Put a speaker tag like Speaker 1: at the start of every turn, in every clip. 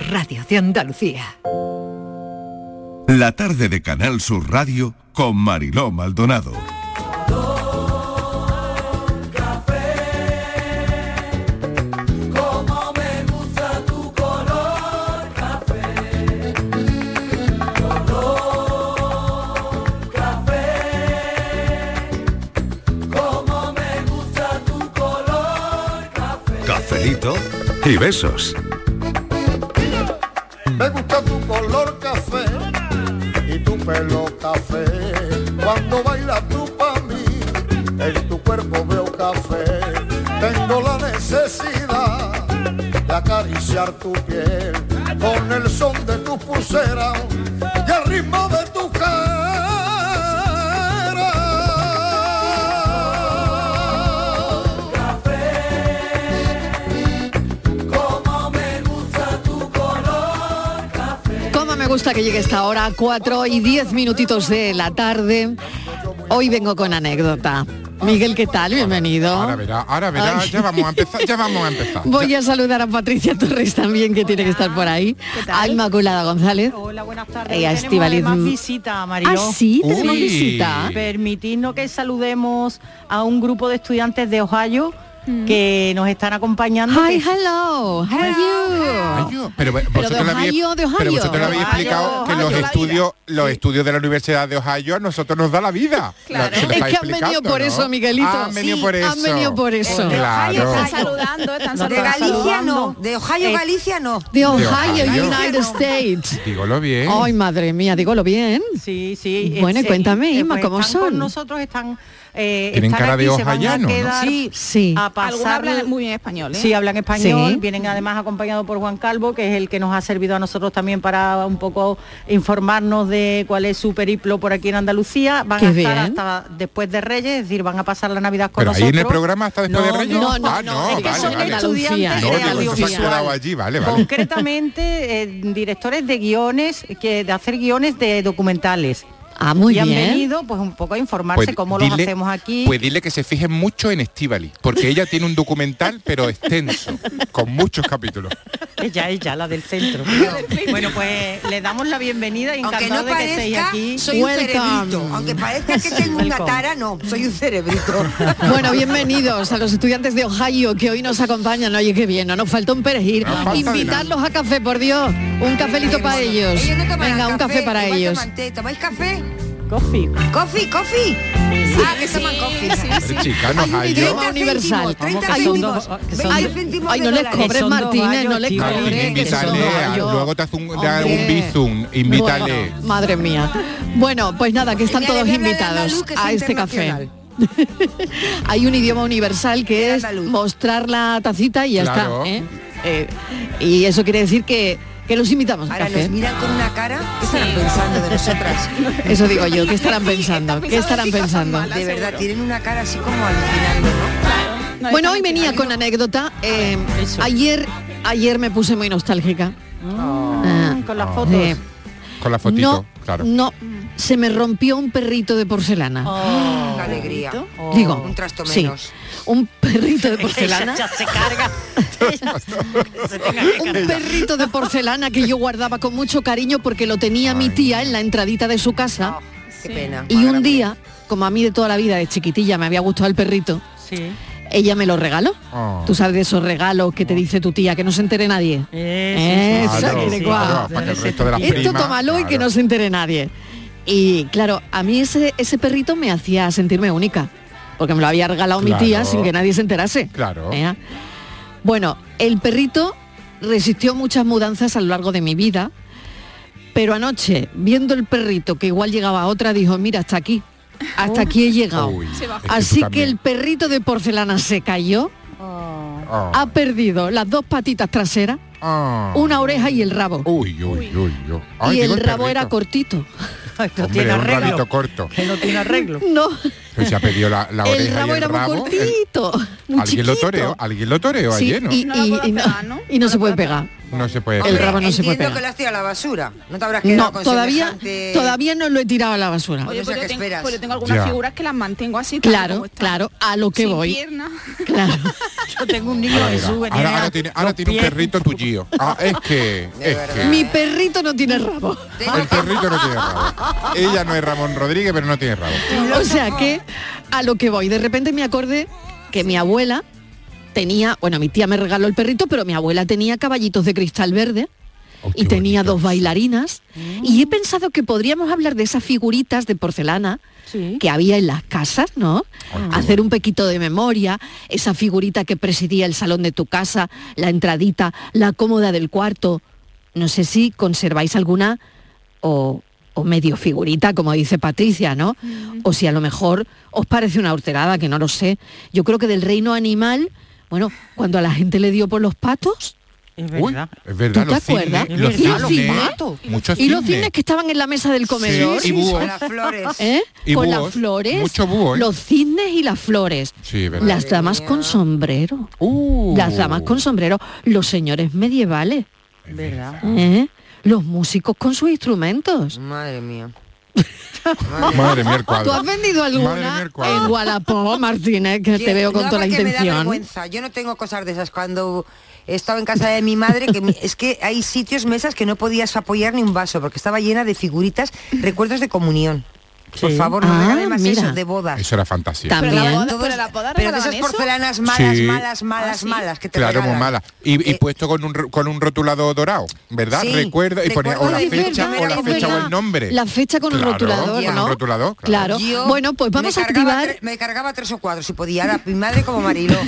Speaker 1: Radio de Andalucía.
Speaker 2: La tarde de Canal Sur Radio con Mariló Maldonado.
Speaker 3: Como me gusta tu color café, color café. Como me gusta tu color café.
Speaker 4: Cafelito y besos.
Speaker 5: Me gusta tu color café y tu pelo café. Cuando bailas tú pa' mí, en tu cuerpo veo café. Tengo la necesidad de acariciar tu piel con el son de tu pulsera y el ritmo de tu
Speaker 3: Como me gusta tu color café.
Speaker 1: Cómo me gusta que llegue esta hora, 4 y 10 minutitos de la tarde. Hoy vengo con anécdota. Miguel, ¿qué tal? Bienvenido.
Speaker 6: Ahora verá, ahora verá,
Speaker 1: Ay.
Speaker 6: ya vamos a empezar, ya vamos a empezar.
Speaker 1: Voy a saludar a Patricia Torres también, que tiene que estar por ahí. A Inmaculada González. Hola, buenas tardes. Y a
Speaker 7: Tenemos
Speaker 1: Estivaliz.
Speaker 7: además visita, Mariló.
Speaker 1: Ah, sí, tenemos Uy. visita.
Speaker 7: Permitidnos que saludemos a un grupo de estudiantes de Ohio que nos están acompañando.
Speaker 1: Mm. Hi,
Speaker 7: que-
Speaker 1: hello. How are you?
Speaker 6: Pero,
Speaker 1: Pero
Speaker 6: ve-
Speaker 1: de
Speaker 6: vosotros lo habéis-
Speaker 1: Ohio, de Ohio.
Speaker 6: pero vosotros lo habéis
Speaker 1: Ohio,
Speaker 6: explicado que
Speaker 1: Ohio,
Speaker 6: los
Speaker 1: la
Speaker 6: estudios, los estudios de la Universidad de Ohio a nosotros nos da la vida. Lo- se lo
Speaker 1: Es que
Speaker 6: estáis
Speaker 1: han venido
Speaker 6: explicando,
Speaker 1: por
Speaker 6: ¿no?
Speaker 1: eso, Miguelito.
Speaker 6: Ah, han venido por eso.
Speaker 1: Han venido por eso.
Speaker 6: Claro.
Speaker 8: saludando, están
Speaker 1: No,
Speaker 8: saludando.
Speaker 1: están
Speaker 8: De Galicia
Speaker 1: saludando.
Speaker 8: no, de Ohio
Speaker 1: Eh,
Speaker 8: Galicia no.
Speaker 1: De Ohio,
Speaker 6: Ohio.
Speaker 1: United States.
Speaker 6: Dígolo bien.
Speaker 1: Ay, madre mía, dígolo bien.
Speaker 7: Sí, sí.
Speaker 1: Bueno, y
Speaker 7: eh,
Speaker 1: cuéntame,
Speaker 7: eh,
Speaker 1: Inma,
Speaker 7: pues
Speaker 1: ¿cómo
Speaker 7: están
Speaker 1: son?
Speaker 7: Con nosotros están. eh,
Speaker 6: Tienen
Speaker 7: están
Speaker 6: cara de
Speaker 7: aquí, se van a
Speaker 6: ohayano, Ah, ¿no?
Speaker 7: quedar
Speaker 6: Sí,
Speaker 1: sí.
Speaker 7: A
Speaker 8: Algunos
Speaker 7: pasar,
Speaker 8: hablan muy bien español, ¿eh?
Speaker 7: Sí, hablan español.
Speaker 8: Sí.
Speaker 7: Vienen además acompañados por Juan Calvo, que es el que nos ha servido a nosotros también para un poco informarnos de cuál es su periplo por aquí en Andalucía. Van
Speaker 1: Qué
Speaker 7: a estar
Speaker 1: bien.
Speaker 7: hasta después de Reyes, es decir, van a pasar la Navidad con
Speaker 6: Pero ahí
Speaker 7: nosotros.
Speaker 6: en el programa hasta después
Speaker 7: No,
Speaker 6: de Reyes.
Speaker 7: no, no,
Speaker 6: ah,
Speaker 7: no,
Speaker 6: no,
Speaker 7: es que
Speaker 6: vale,
Speaker 7: son
Speaker 6: vale.
Speaker 7: estudiantes
Speaker 6: No,
Speaker 7: de
Speaker 6: digo, eso se ha
Speaker 7: audiovisual.
Speaker 6: quedado allí, vale, vale.
Speaker 7: Concretamente, eh, directores de guiones, que de hacer guiones de documentales.
Speaker 1: Ah, muy
Speaker 7: y
Speaker 1: bien.
Speaker 7: han venido pues un poco a informarse
Speaker 6: Pues
Speaker 7: cómo los
Speaker 6: dile-
Speaker 7: hacemos aquí.
Speaker 6: Pues dile que se fijen mucho en Estivali, porque ella tiene un documental pero extenso, con muchos capítulos.
Speaker 7: Ella, ella, la del centro. bueno, pues le damos la bienvenida y
Speaker 8: Aunque
Speaker 7: encantado
Speaker 8: no
Speaker 7: de que estéis
Speaker 8: parezca,
Speaker 7: aquí.
Speaker 8: soy un cerebrito. Aunque
Speaker 1: Mm.
Speaker 8: parezca que tengo una
Speaker 7: Welcome.
Speaker 8: tara, no, soy un cerebrito.
Speaker 1: Bueno, bienvenidos a los estudiantes de Ohio que hoy nos acompañan. Oye, qué bien, no nos falta un perejil.
Speaker 6: No Ah, falta de nada.
Speaker 1: Invitarlos a café, por Dios. Un cafelito para ellos.
Speaker 8: Ellos no tomarán
Speaker 1: Venga, un café para
Speaker 8: igual
Speaker 1: ellos.
Speaker 8: toman té. ¿Tomáis café?
Speaker 7: Coffee.
Speaker 8: ¿Coffee, coffee? ah, que toman coffee.
Speaker 6: Pero chica, no
Speaker 1: Hay un
Speaker 6: hay
Speaker 1: idioma
Speaker 6: yo.
Speaker 1: universal.
Speaker 8: 30
Speaker 1: Hay un-
Speaker 8: céntimos,
Speaker 7: que son-
Speaker 8: 20 céntimos
Speaker 1: Ay,
Speaker 8: de
Speaker 1: no les
Speaker 8: dólares.
Speaker 1: cobres,
Speaker 7: son dos
Speaker 1: Martínez,
Speaker 7: gallos,
Speaker 1: no les
Speaker 7: tío.
Speaker 6: No,
Speaker 7: Pobre,
Speaker 1: cobres.
Speaker 7: que
Speaker 6: invítale,
Speaker 7: son
Speaker 6: a-
Speaker 7: gallos.
Speaker 6: luego te hace un, da
Speaker 1: Hombre.
Speaker 6: un bizum, invítale.
Speaker 1: Bueno, madre mía. Bueno, pues nada, que están
Speaker 8: Mira, le
Speaker 1: todos
Speaker 8: voy a hablar de
Speaker 1: invitados
Speaker 8: andaluz, que es
Speaker 1: a este café.
Speaker 8: internacional.
Speaker 1: Hay un idioma universal que es
Speaker 8: andaluz.
Speaker 1: mostrar la tacita y ya
Speaker 6: Claro.
Speaker 1: está. ¿eh? Eh, y eso quiere decir que, que los invitamos al
Speaker 8: Ahora nos
Speaker 1: café.
Speaker 8: miran con una cara. ¿Qué estarán pensando de nosotras?
Speaker 1: Eso digo yo, ¿qué estarán pensando? ¿Qué estarán pensando?
Speaker 8: De verdad, tienen una cara así como alucinando, ¿no?
Speaker 1: Bueno, hoy venía con anécdota. eh,
Speaker 7: eso.
Speaker 1: ayer, ayer me puse muy nostálgica. Ah,
Speaker 7: Mm, Con las fotos.
Speaker 1: eh,
Speaker 6: Con la fotito,
Speaker 1: no,
Speaker 6: claro.
Speaker 1: no, se me rompió un perrito de porcelana.
Speaker 8: Qué alegría.
Speaker 7: Oh.
Speaker 1: Digo,
Speaker 8: Un trasto
Speaker 1: sí,
Speaker 8: menos.
Speaker 1: un perrito de porcelana.
Speaker 7: Ella ya se carga.
Speaker 1: un perrito de porcelana que yo guardaba con mucho cariño porque lo tenía mi tía en la entradita de su casa
Speaker 8: Qué pena.
Speaker 1: y un día, como a mí de toda la vida de chiquitilla me había gustado el perrito,
Speaker 7: Sí.
Speaker 1: ella me lo regaló.
Speaker 6: Oh.
Speaker 1: Tú sabes de esos regalos que te dice tu tía que no se entere nadie.
Speaker 7: Eh, sí, sí,
Speaker 1: Eso,
Speaker 7: sí,
Speaker 1: que
Speaker 7: sí,
Speaker 1: le
Speaker 7: sí,
Speaker 1: guau.
Speaker 7: claro,
Speaker 6: para que el resto de las
Speaker 1: Esto
Speaker 6: primas,
Speaker 1: tómalo y que
Speaker 6: claro.
Speaker 1: no se entere nadie. Y claro, a mí ese, ese perrito me hacía sentirme única, porque me lo había regalado mi tía
Speaker 6: Claro.
Speaker 1: sin que nadie se enterase.
Speaker 6: Claro.
Speaker 1: ¿Eh? Bueno, el perrito resistió muchas mudanzas a lo largo de mi vida, pero anoche, viendo el perrito que igual llegaba a otra, dijo, mira, hasta aquí, hasta aquí he llegado.
Speaker 6: Uy, es que tú
Speaker 1: Así que el
Speaker 6: también.
Speaker 1: perrito de porcelana se cayó,
Speaker 6: Oh,
Speaker 1: ha perdido las dos patitas traseras,
Speaker 6: oh.
Speaker 1: una oreja y el rabo.
Speaker 6: Uy, uy, uy, uy. Ay,
Speaker 1: y
Speaker 6: digo
Speaker 1: el rabo
Speaker 6: perrito.
Speaker 1: era cortito.
Speaker 7: Esto
Speaker 6: Hombre,
Speaker 7: tiene
Speaker 6: un rabito
Speaker 7: arreglo.
Speaker 6: corto.
Speaker 7: Que no tiene arreglo.
Speaker 1: No,
Speaker 6: Pues se ha pedido la, la oreja
Speaker 1: el rabo
Speaker 6: y el
Speaker 1: era muy
Speaker 6: rabo.
Speaker 1: cortito.
Speaker 6: El-
Speaker 1: muy
Speaker 6: alguien lo
Speaker 1: chiquito.
Speaker 6: toreó, alguien lo toreó
Speaker 1: Sí,
Speaker 6: ayer, ¿no?
Speaker 1: y, y- y no, y no se puede pegar.
Speaker 6: No se puede.
Speaker 1: El rabo no se puede
Speaker 8: Entiendo
Speaker 1: pegar.
Speaker 8: que lo has tirado a la basura. No te habrás quedado
Speaker 1: No,
Speaker 8: con
Speaker 1: todavía,
Speaker 8: semejante-
Speaker 1: todavía no lo he tirado a la basura.
Speaker 9: Oye,
Speaker 8: No sé
Speaker 9: pues
Speaker 8: qué
Speaker 9: yo, tengo,
Speaker 8: esperas.
Speaker 9: pues yo tengo algunas
Speaker 6: Ya.
Speaker 9: figuras que las mantengo así. tal
Speaker 1: Claro,
Speaker 9: como están.
Speaker 1: claro, a lo que
Speaker 9: Sin
Speaker 1: voy.
Speaker 9: piernas.
Speaker 1: Claro.
Speaker 8: Yo tengo un niño
Speaker 1: Ah,
Speaker 6: Ahora,
Speaker 8: que
Speaker 6: verá.
Speaker 8: sube.
Speaker 6: Ahora- ahora tiene, ahora tiene un perrito tuyo. Ah, es que,
Speaker 8: De
Speaker 6: es
Speaker 8: verdad.
Speaker 6: que
Speaker 1: Mi perrito no tiene rabo.
Speaker 6: el
Speaker 8: Tengo-
Speaker 6: perrito no tiene rabo. Ella no es Ramón Rodríguez, pero no tiene rabo.
Speaker 1: O sea que a lo que voy, de repente me acordé que mi abuela tenía, bueno, mi tía me regaló el perrito, pero mi abuela tenía caballitos de cristal verde
Speaker 6: Oh, qué
Speaker 1: y tenía
Speaker 6: bonito.
Speaker 1: dos bailarinas y he pensado que podríamos hablar de esas figuritas de porcelana
Speaker 7: Sí.
Speaker 1: que había en las casas, ¿no?
Speaker 6: Ay, qué
Speaker 1: Hacer un pequito de memoria, esa figurita que presidía el salón de tu casa, la entradita, la cómoda del cuarto. No sé si conserváis alguna o, o medio figurita, como dice Patricia, ¿no?
Speaker 6: Mm.
Speaker 1: O si a lo mejor os parece una horterada, que no lo sé. Yo creo que del reino animal, bueno, cuando a la gente le dio por los patos,
Speaker 7: Es
Speaker 6: Uy,
Speaker 7: verdad.
Speaker 6: es verdad,
Speaker 1: ¿Tú te
Speaker 6: los cisnes,
Speaker 1: acuerdas?
Speaker 6: los
Speaker 1: Y
Speaker 6: ¿eh?
Speaker 1: los
Speaker 6: cisnes,
Speaker 1: cisnes.
Speaker 6: muchos
Speaker 1: y los cisnes que estaban en la mesa del comedor.
Speaker 6: Sí, y búhos.
Speaker 8: Las flores.
Speaker 1: ¿Eh?
Speaker 6: Y
Speaker 1: con
Speaker 6: búhos,
Speaker 1: las flores,
Speaker 6: mucho búho, ¿eh?
Speaker 1: los cisnes y las flores,
Speaker 6: Sí, verdad.
Speaker 1: las damas con sombrero,
Speaker 6: Uh.
Speaker 1: las damas con sombrero, los señores medievales,
Speaker 7: verdad.
Speaker 1: ¿eh? los músicos con sus instrumentos.
Speaker 8: Madre mía.
Speaker 6: Madre mía, el
Speaker 1: ¿Tú has
Speaker 6: cuadro.
Speaker 1: vendido
Speaker 6: Madre mía,
Speaker 1: alguna
Speaker 6: el cuadro.
Speaker 1: en Guadalajara, Martínez? Que te
Speaker 8: Yo-
Speaker 1: veo con
Speaker 8: no,
Speaker 1: toda la
Speaker 8: porque Me da
Speaker 1: intención.
Speaker 8: vergüenza. Yo no tengo cosas de esas. Cuando he estado en casa de mi madre, que mi- es que hay sitios, mesas que no podías apoyar ni un vaso porque estaba llena de figuritas, recuerdos de comunión. Por favor, no me
Speaker 1: Ah,
Speaker 8: regalen más
Speaker 1: mira.
Speaker 8: esos de bodas.
Speaker 6: Eso era fantasía.
Speaker 1: Tam-
Speaker 9: Pero la
Speaker 1: También.
Speaker 9: boda,
Speaker 8: Todos-
Speaker 9: pero la boda
Speaker 8: pero de
Speaker 9: regalaban
Speaker 8: esas
Speaker 9: eso.
Speaker 8: porcelanas malas,
Speaker 6: Sí.
Speaker 8: malas, malas,
Speaker 9: Ah, sí.
Speaker 8: malas que te
Speaker 6: Claro, muy
Speaker 8: regalan.
Speaker 6: mala. Y, y
Speaker 8: Eh,
Speaker 6: puesto con un, ro- con un rotulado dorado, ¿verdad?
Speaker 8: Sí,
Speaker 6: Recuerda y ponía o la
Speaker 8: recuerdo de verdad,
Speaker 6: fecha, o la
Speaker 8: es
Speaker 6: fecha o
Speaker 8: verdad.
Speaker 6: el nombre.
Speaker 1: La fecha con
Speaker 6: Claro,
Speaker 1: un rotulador,
Speaker 6: con
Speaker 1: ¿no?
Speaker 6: un rotulador, claro.
Speaker 1: claro.
Speaker 8: yo
Speaker 1: Bueno, pues vamos a
Speaker 8: me cargaba
Speaker 1: activar
Speaker 8: tre- me cargaba tres o cuatro, si podía. Ahora, mi madre como Mariló.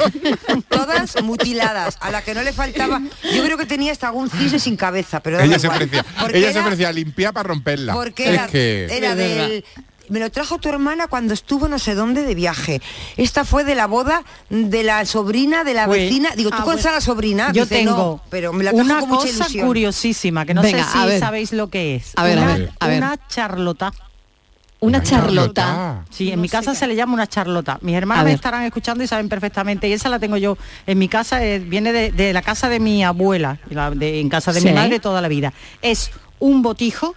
Speaker 8: Todas mutiladas, a la que no le faltaba... Yo creo que tenía hasta algún cisne sin cabeza, pero daba
Speaker 6: Ella se
Speaker 8: igual.
Speaker 6: ofrecía,
Speaker 8: Porque
Speaker 6: ella se
Speaker 8: era-
Speaker 6: ofrecía limpia para romperla.
Speaker 8: Porque
Speaker 6: es
Speaker 8: era,
Speaker 6: que
Speaker 8: era
Speaker 1: Es verdad.
Speaker 8: del... Me lo trajo tu hermana cuando estuvo no sé dónde de viaje. Esta fue de la boda de la sobrina, de la
Speaker 7: Pues,
Speaker 8: vecina. Digo, ¿tú
Speaker 9: ah,
Speaker 8: conoces
Speaker 9: bueno.
Speaker 8: a la sobrina?
Speaker 7: Yo
Speaker 8: Dice,
Speaker 7: tengo
Speaker 8: "No", pero me la trajo
Speaker 7: una
Speaker 8: con mucha
Speaker 7: cosa
Speaker 8: ilusión.
Speaker 7: curiosisé que no
Speaker 1: Venga,
Speaker 7: sé si
Speaker 1: a ver.
Speaker 7: sabéis lo que es.
Speaker 1: A ver, a
Speaker 7: una,
Speaker 6: ver,
Speaker 1: a ver.
Speaker 7: Una charlota.
Speaker 1: una
Speaker 6: Una
Speaker 1: charlota.
Speaker 6: charlota.
Speaker 7: Sí, en
Speaker 9: No
Speaker 7: mi
Speaker 9: sé
Speaker 7: casa
Speaker 9: qué.
Speaker 7: se le llama una charlota. Mis
Speaker 1: A
Speaker 7: hermanas me
Speaker 1: ver.
Speaker 7: estarán escuchando y saben perfectamente. Y esa la tengo yo en mi casa, eh, viene de, de la casa de mi abuela, la de- en casa de
Speaker 1: Sí.
Speaker 7: mi madre toda la vida. Es un botijo,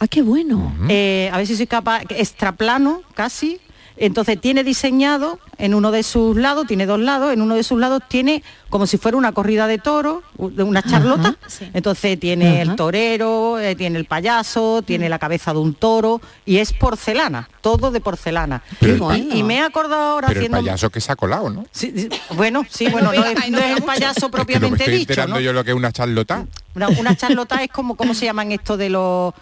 Speaker 1: Ah, qué bueno.
Speaker 7: eh, a ver si soy capaz, que extraplano casi. Entonces tiene diseñado en uno de sus lados, tiene dos lados, en uno de sus lados tiene como si fuera una corrida de toro, u- de una charlota.
Speaker 9: Sí.
Speaker 7: Entonces tiene
Speaker 1: Ajá. Mm.
Speaker 7: el torero, eh, tiene el payaso, tiene la cabeza de un toro y es porcelana, todo de porcelana.
Speaker 1: Qué
Speaker 6: el pa-
Speaker 1: bueno.
Speaker 7: Y me he acordado ahora
Speaker 6: pero el
Speaker 7: haciendo...
Speaker 6: payaso que se ha colado, ¿no?
Speaker 7: Sí, sí, bueno, sí, bueno, no es,
Speaker 9: Ay, no
Speaker 7: no es
Speaker 9: vea
Speaker 7: el
Speaker 9: mucho.
Speaker 7: payaso
Speaker 6: Es que lo que
Speaker 7: propiamente
Speaker 6: estoy
Speaker 7: dicho,
Speaker 6: enterando
Speaker 7: ¿no?
Speaker 6: yo lo que es una charlota.
Speaker 7: Una, una charlota es como, ¿cómo se llaman esto de los...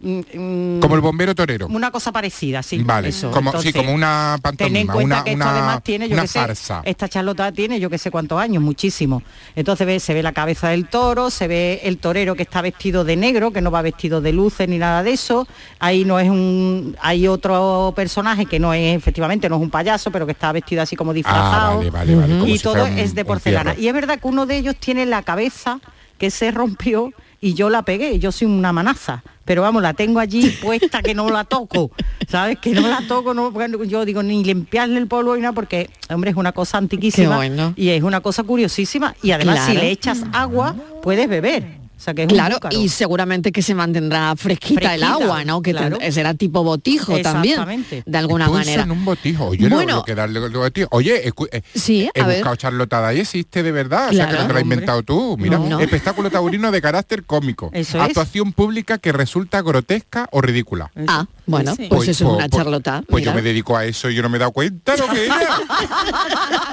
Speaker 7: mm, mm,
Speaker 6: Como el bombero torero.
Speaker 7: una cosa parecida, sí.
Speaker 6: Vale,
Speaker 7: eso.
Speaker 6: como, sí,
Speaker 7: Entonces,
Speaker 6: como
Speaker 7: Ten
Speaker 6: una
Speaker 7: en
Speaker 6: pantomima,
Speaker 7: cuenta
Speaker 6: una,
Speaker 7: que esto
Speaker 6: una-
Speaker 7: además tiene, yo
Speaker 6: una
Speaker 7: que sé,
Speaker 6: farsa.
Speaker 7: esta charlota tiene yo que sé cuántos años, muchísimo. Entonces ve- se ve la cabeza del toro, se ve el torero que está vestido de negro, que no va vestido de luces ni nada de eso. Ahí no es un, hay otro personaje que no es, efectivamente, no es un payaso, pero que está vestido así como disfrazado.
Speaker 6: Ah, vale, vale, vale, como
Speaker 7: Y
Speaker 6: si
Speaker 7: todo
Speaker 6: fuera un-
Speaker 7: es de
Speaker 6: un
Speaker 7: porcelana.
Speaker 6: fierro.
Speaker 7: Y es verdad que uno de ellos tiene la cabeza que se rompió y yo la pegué, yo soy una manaza, pero vamos, la tengo allí puesta que no la toco, ¿sabes? Que no la toco, no, bueno, yo digo ni limpiarle el polvo ni nada porque, hombre, es una cosa antiquísima
Speaker 1: Qué bueno.
Speaker 7: y es una cosa curiosísima y además si
Speaker 1: Claro.
Speaker 7: le echas agua puedes beber, o sea que es un
Speaker 1: Claro,
Speaker 7: búcaro.
Speaker 1: y seguramente que se mantendrá fresquita, el
Speaker 7: Fresquita,
Speaker 1: agua, ¿no? Que
Speaker 7: claro.
Speaker 1: ten- será tipo botijo también,
Speaker 7: Exactamente.
Speaker 1: de alguna
Speaker 6: Pulsa
Speaker 1: manera.
Speaker 6: en un botijo. Oye, lo-
Speaker 1: Bueno.
Speaker 6: lo que darle el botijo. Oye, escu- eh,
Speaker 1: Sí,
Speaker 6: he
Speaker 1: a ver.
Speaker 6: buscado charlotada y existe de verdad. o sea, que
Speaker 1: Claro,
Speaker 6: no te lo
Speaker 1: hombre.
Speaker 6: has inventado tú. Mira,
Speaker 1: No, no.
Speaker 6: espectáculo taurino de carácter cómico.
Speaker 7: Eso es.
Speaker 6: Actuación pública que resulta grotesca o ridícula.
Speaker 1: Ah, bueno,
Speaker 9: Sí.
Speaker 1: pues eso es una charlota.
Speaker 6: Pues yo
Speaker 1: mira.
Speaker 6: me dedico a eso y yo no me he dado cuenta lo que era.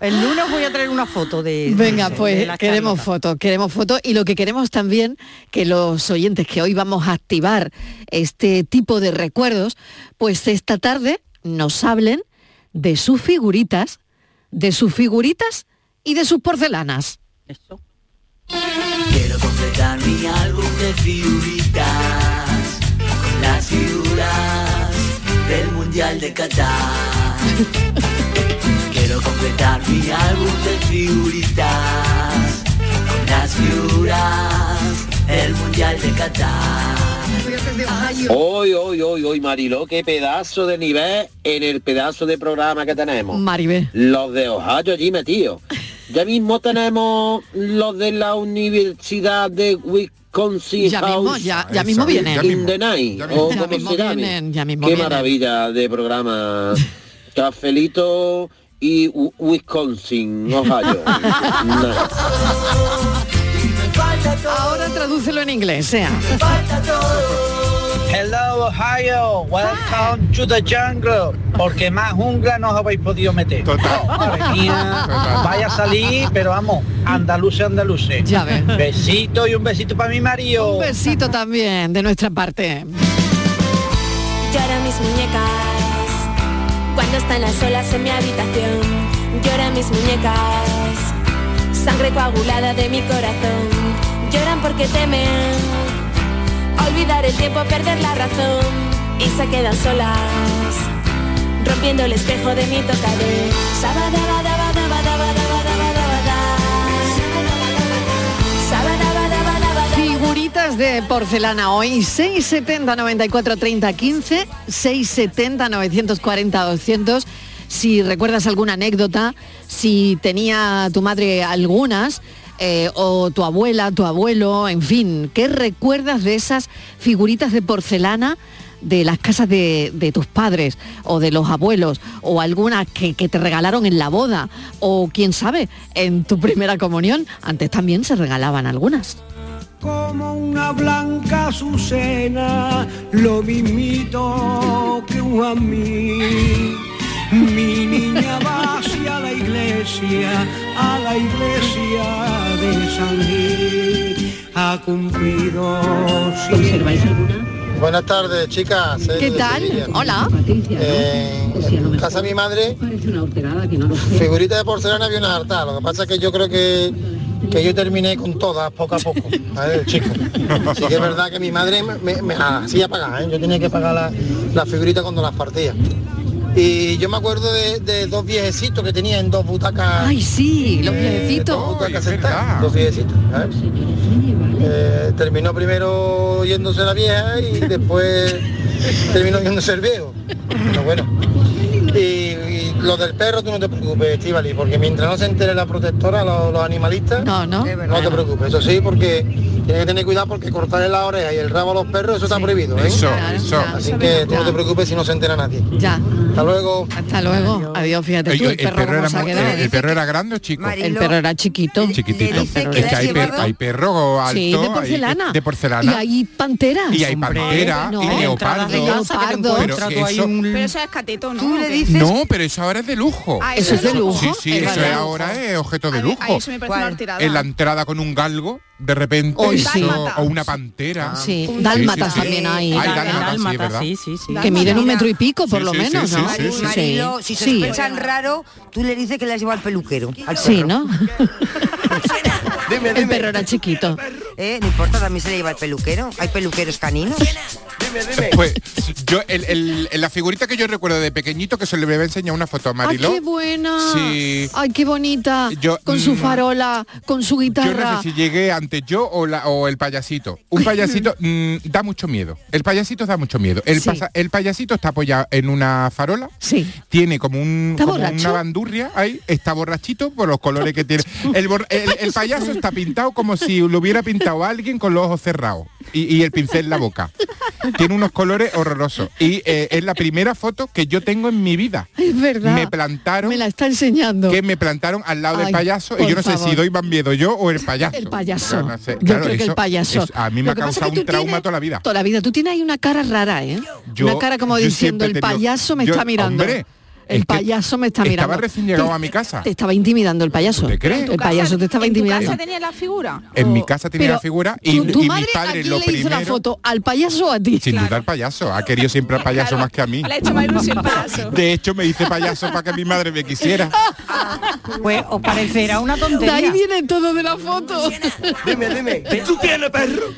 Speaker 7: El lunes voy a traer una foto de
Speaker 1: Venga,
Speaker 7: de- de
Speaker 1: pues
Speaker 7: la
Speaker 1: queremos
Speaker 7: charlota.
Speaker 1: fotos, queremos fotos y lo que queremos también que los oyentes que hoy vamos a activar este tipo de recuerdos, pues esta tarde nos hablen de sus figuritas, de sus figuritas y de sus porcelanas.
Speaker 7: Eso.
Speaker 3: Quiero completar mi álbum de figuritas con las figuras del Mundial de Qatar. Quiero completar mi álbum de figuritas con las figuras del Mundial de Qatar.
Speaker 10: Hoy, hoy, hoy, hoy, Mariló, qué pedazo de nivel en el pedazo de programa que tenemos.
Speaker 1: Maribel.
Speaker 10: Los de Ohio allí metidos. Ya mismo tenemos los de la Universidad de Wisconsin
Speaker 1: Ya mismo,
Speaker 10: House
Speaker 1: ya- ya mismo vienen. Ya
Speaker 10: In
Speaker 1: mismo,
Speaker 10: the night, o
Speaker 1: Ya
Speaker 10: como
Speaker 1: mismo
Speaker 10: se llame.
Speaker 1: vienen, ya mismo
Speaker 10: Qué
Speaker 1: vienen.
Speaker 10: maravilla de programa. Cafelito y Wi- Wisconsin, Ohio. Nah.
Speaker 1: Ahora tradúcelo en inglés, sea.
Speaker 9: Hello Ohio, welcome to the jungle, porque más jungla no os habéis podido meter. Oh, Madre mía, vaya a salir, pero vamos, andaluce, andaluce.
Speaker 1: Ya ves.
Speaker 9: Besito y un besito para mi marido.
Speaker 1: Un besito también de nuestra parte.
Speaker 11: Llora mis muñecas cuando están las olas en mi habitación. Llora mis muñecas, sangre coagulada de mi corazón. Lloran porque temen olvidar el tiempo, perder la razón y se quedan solas rompiendo el espejo de mi tocador. Saba, daba, daba, daba, daba, daba, daba, daba, da. Saba, daba, daba, daba, daba.
Speaker 1: Figuritas de porcelana hoy 670 94 30 15 670 940 200 si recuerdas alguna anécdota si tenía tu madre algunas eh, o tu abuela tu abuelo en fin qué recuerdas de esas figuritas de porcelana de las casas de, de tus padres o de los abuelos o algunas que, que te regalaron en la boda o quién sabe en tu primera comunión antes también se regalaban algunas
Speaker 12: como una blanca azucena, lo mismito que un a mí. Mi niña va hacia la iglesia, a la iglesia de San Gil, ha cumplido. ¿Conserváis alguna?
Speaker 13: Buenas tardes, chicas. Soy
Speaker 1: ¿Qué
Speaker 13: de
Speaker 1: tal? Pues
Speaker 13: Sevilla.
Speaker 1: Hola.
Speaker 13: Eh, en casa de mi madre, figurita de porcelana había una harta. Lo que pasa es que yo creo que, que yo terminé con todas poco a poco, a ver, chico. Sí que es verdad que mi madre me, me- me hacía pagar, ¿eh? yo tenía que pagar la- las figuritas cuando las partía. Y yo me acuerdo de, de dos viejecitos que tenía en dos butacas.
Speaker 1: Ay, sí, los
Speaker 13: eh,
Speaker 1: viejecitos.
Speaker 13: dos butacas sentadas, dos viejecitos. ¿sabes? Eh, terminó primero yéndose la vieja y después terminó yéndose el viejo. Pero bueno. Y, y lo del perro tú no te preocupes, Estivali, porque mientras no se entere la protectora, lo- los animalistas, no,
Speaker 1: no.
Speaker 13: te preocupes. Eso sí, porque tienes que tener cuidado porque cortarle la oreja y el rabo a los perros, eso está prohibido. ¿eh?
Speaker 6: Eso, Claro, eso. ya,
Speaker 13: Así
Speaker 6: eso
Speaker 13: que
Speaker 6: mismo.
Speaker 13: tú no te preocupes si no se entera nadie.
Speaker 1: Ya.
Speaker 13: Hasta luego.
Speaker 1: Hasta luego. Adiós, fíjate tú,
Speaker 6: Oye,
Speaker 1: el, perro, cómo
Speaker 6: era
Speaker 1: se ha
Speaker 6: mo-
Speaker 1: quedado.
Speaker 6: eh, el perro era grande o chico.
Speaker 1: El perro era chiquito.
Speaker 6: chiquitito.
Speaker 1: dice que
Speaker 6: Es que
Speaker 1: le ha
Speaker 6: hay, per-
Speaker 1: llevado-
Speaker 6: hay perro alto,
Speaker 1: sí, de
Speaker 6: hay-
Speaker 1: porcelana.
Speaker 6: de porcelana.
Speaker 1: Y hay panteras.
Speaker 6: Y hay pantera,
Speaker 1: no.
Speaker 6: y leopardo.
Speaker 1: Entradas de casa que te
Speaker 6: Pero
Speaker 1: encuentras
Speaker 6: que
Speaker 1: tú ahí
Speaker 6: eso-
Speaker 14: Pero eso es cateto, ¿no? ¿O qué?
Speaker 6: No, pero eso ahora es de lujo.
Speaker 14: Ah, ¿eso es de lujo?
Speaker 6: Sí, sí,
Speaker 14: Es
Speaker 6: eso
Speaker 14: verdad.
Speaker 6: es ahora es objeto de
Speaker 14: A mí-
Speaker 6: lujo.
Speaker 14: a eso me parece una ¿Cuál? tirada.
Speaker 6: En la entrada con un galgo, de repente,
Speaker 1: Hoy
Speaker 6: eso-
Speaker 1: sí.
Speaker 6: o una pantera.
Speaker 1: Sí, dálmatas también hay.
Speaker 6: Hay
Speaker 1: Dál-
Speaker 6: dálmatas, sí,
Speaker 1: dálmatas,
Speaker 6: es verdad.
Speaker 7: sí, sí, sí.
Speaker 1: Que miden un metro y pico, por
Speaker 6: Sí,
Speaker 1: lo
Speaker 6: sí, sí,
Speaker 1: menos,
Speaker 6: sí,
Speaker 1: ¿no?
Speaker 6: sí, sí, sí.
Speaker 8: Marilo, si
Speaker 1: Sí.
Speaker 8: sospechan raro, tú le dices que la has llevado al peluquero. Al
Speaker 1: Sí,
Speaker 8: perro.
Speaker 1: ¿no?
Speaker 8: Dime,
Speaker 1: El perro era chiquito.
Speaker 8: Eh, no importa, también se le lleva al peluquero. Hay peluqueros caninos.
Speaker 6: Pues yo, el- el- la figurita que yo recuerdo de pequeñito, que se le voy a enseñar una foto a
Speaker 1: ¡Ay,
Speaker 6: Mariló.
Speaker 1: qué buena!
Speaker 6: Sí.
Speaker 1: ¡Ay, qué bonita!
Speaker 6: Yo,
Speaker 1: con su
Speaker 6: mm,
Speaker 1: farola, con su
Speaker 6: Yo no
Speaker 1: guitarra.
Speaker 6: sé si llegué antes yo o, la- o el payasito. Un payasito mm, da mucho miedo. El payasito da mucho miedo. El,
Speaker 1: Sí.
Speaker 6: pasa- el payasito está apoyado en una farola.
Speaker 1: Sí.
Speaker 6: Tiene como, un,
Speaker 1: ¿Está
Speaker 6: como
Speaker 1: borracho?
Speaker 6: una bandurria ahí. Está borrachito por los colores que tiene. El, bor- el- el payaso está pintado como si lo hubiera pintado a alguien con los ojos cerrados y, y el pincel en la boca. Tiene unos colores horrorosos. Y eh, es la primera foto que yo tengo en mi vida.
Speaker 1: Es verdad.
Speaker 6: Me plantaron.
Speaker 1: Me la está enseñando.
Speaker 6: Que me plantaron al lado
Speaker 1: Ay,
Speaker 6: del payaso y
Speaker 1: por
Speaker 6: yo no sé
Speaker 1: favor.
Speaker 6: si doy más miedo yo o el payaso.
Speaker 1: El payaso.
Speaker 6: Yo no sé.
Speaker 1: Yo
Speaker 6: Claro,
Speaker 1: creo que el
Speaker 6: eso-
Speaker 1: payaso.
Speaker 6: eso a mí me
Speaker 1: Lo
Speaker 6: ha
Speaker 1: que pasa es
Speaker 6: causado
Speaker 1: que
Speaker 6: un
Speaker 1: tú
Speaker 6: trauma
Speaker 1: tienes-
Speaker 6: toda la vida.
Speaker 1: Toda la vida. Tú tienes ahí una cara rara, ¿eh?
Speaker 6: Yo-
Speaker 1: una cara como
Speaker 6: yo
Speaker 1: diciendo,
Speaker 6: siempre he
Speaker 1: el
Speaker 6: tenido-
Speaker 1: payaso me
Speaker 6: yo-
Speaker 1: está mirando.
Speaker 6: hombre, es
Speaker 1: el
Speaker 6: que
Speaker 1: payaso me está
Speaker 6: estaba
Speaker 1: mirando.
Speaker 6: recién llegado
Speaker 1: Te-
Speaker 6: a mi casa.
Speaker 1: Te estaba intimidando el payaso.
Speaker 6: te crees?
Speaker 1: El payaso te estaba
Speaker 14: ¿En tu
Speaker 1: intimidando.
Speaker 14: casa tenía la figura?
Speaker 6: En mi casa tenía
Speaker 1: Oh, Pero
Speaker 6: la figura y,
Speaker 1: tu, tu
Speaker 6: y
Speaker 1: madre
Speaker 6: mi padre
Speaker 1: ¿a quién
Speaker 6: lo
Speaker 1: le hizo
Speaker 6: primero.
Speaker 1: la foto? ¿Al payaso o a ti?
Speaker 6: Sin duda el payaso. Ha querido siempre al payaso más que a mí.
Speaker 14: Le ha hecho más ilusión el payaso.
Speaker 6: De hecho me hice payaso para que mi madre me quisiera.
Speaker 7: Pues os parecerá una
Speaker 1: De ahí
Speaker 7: tontería.
Speaker 1: viene todo de la foto.
Speaker 12: Dime, dime. ¿Tú tienes perro?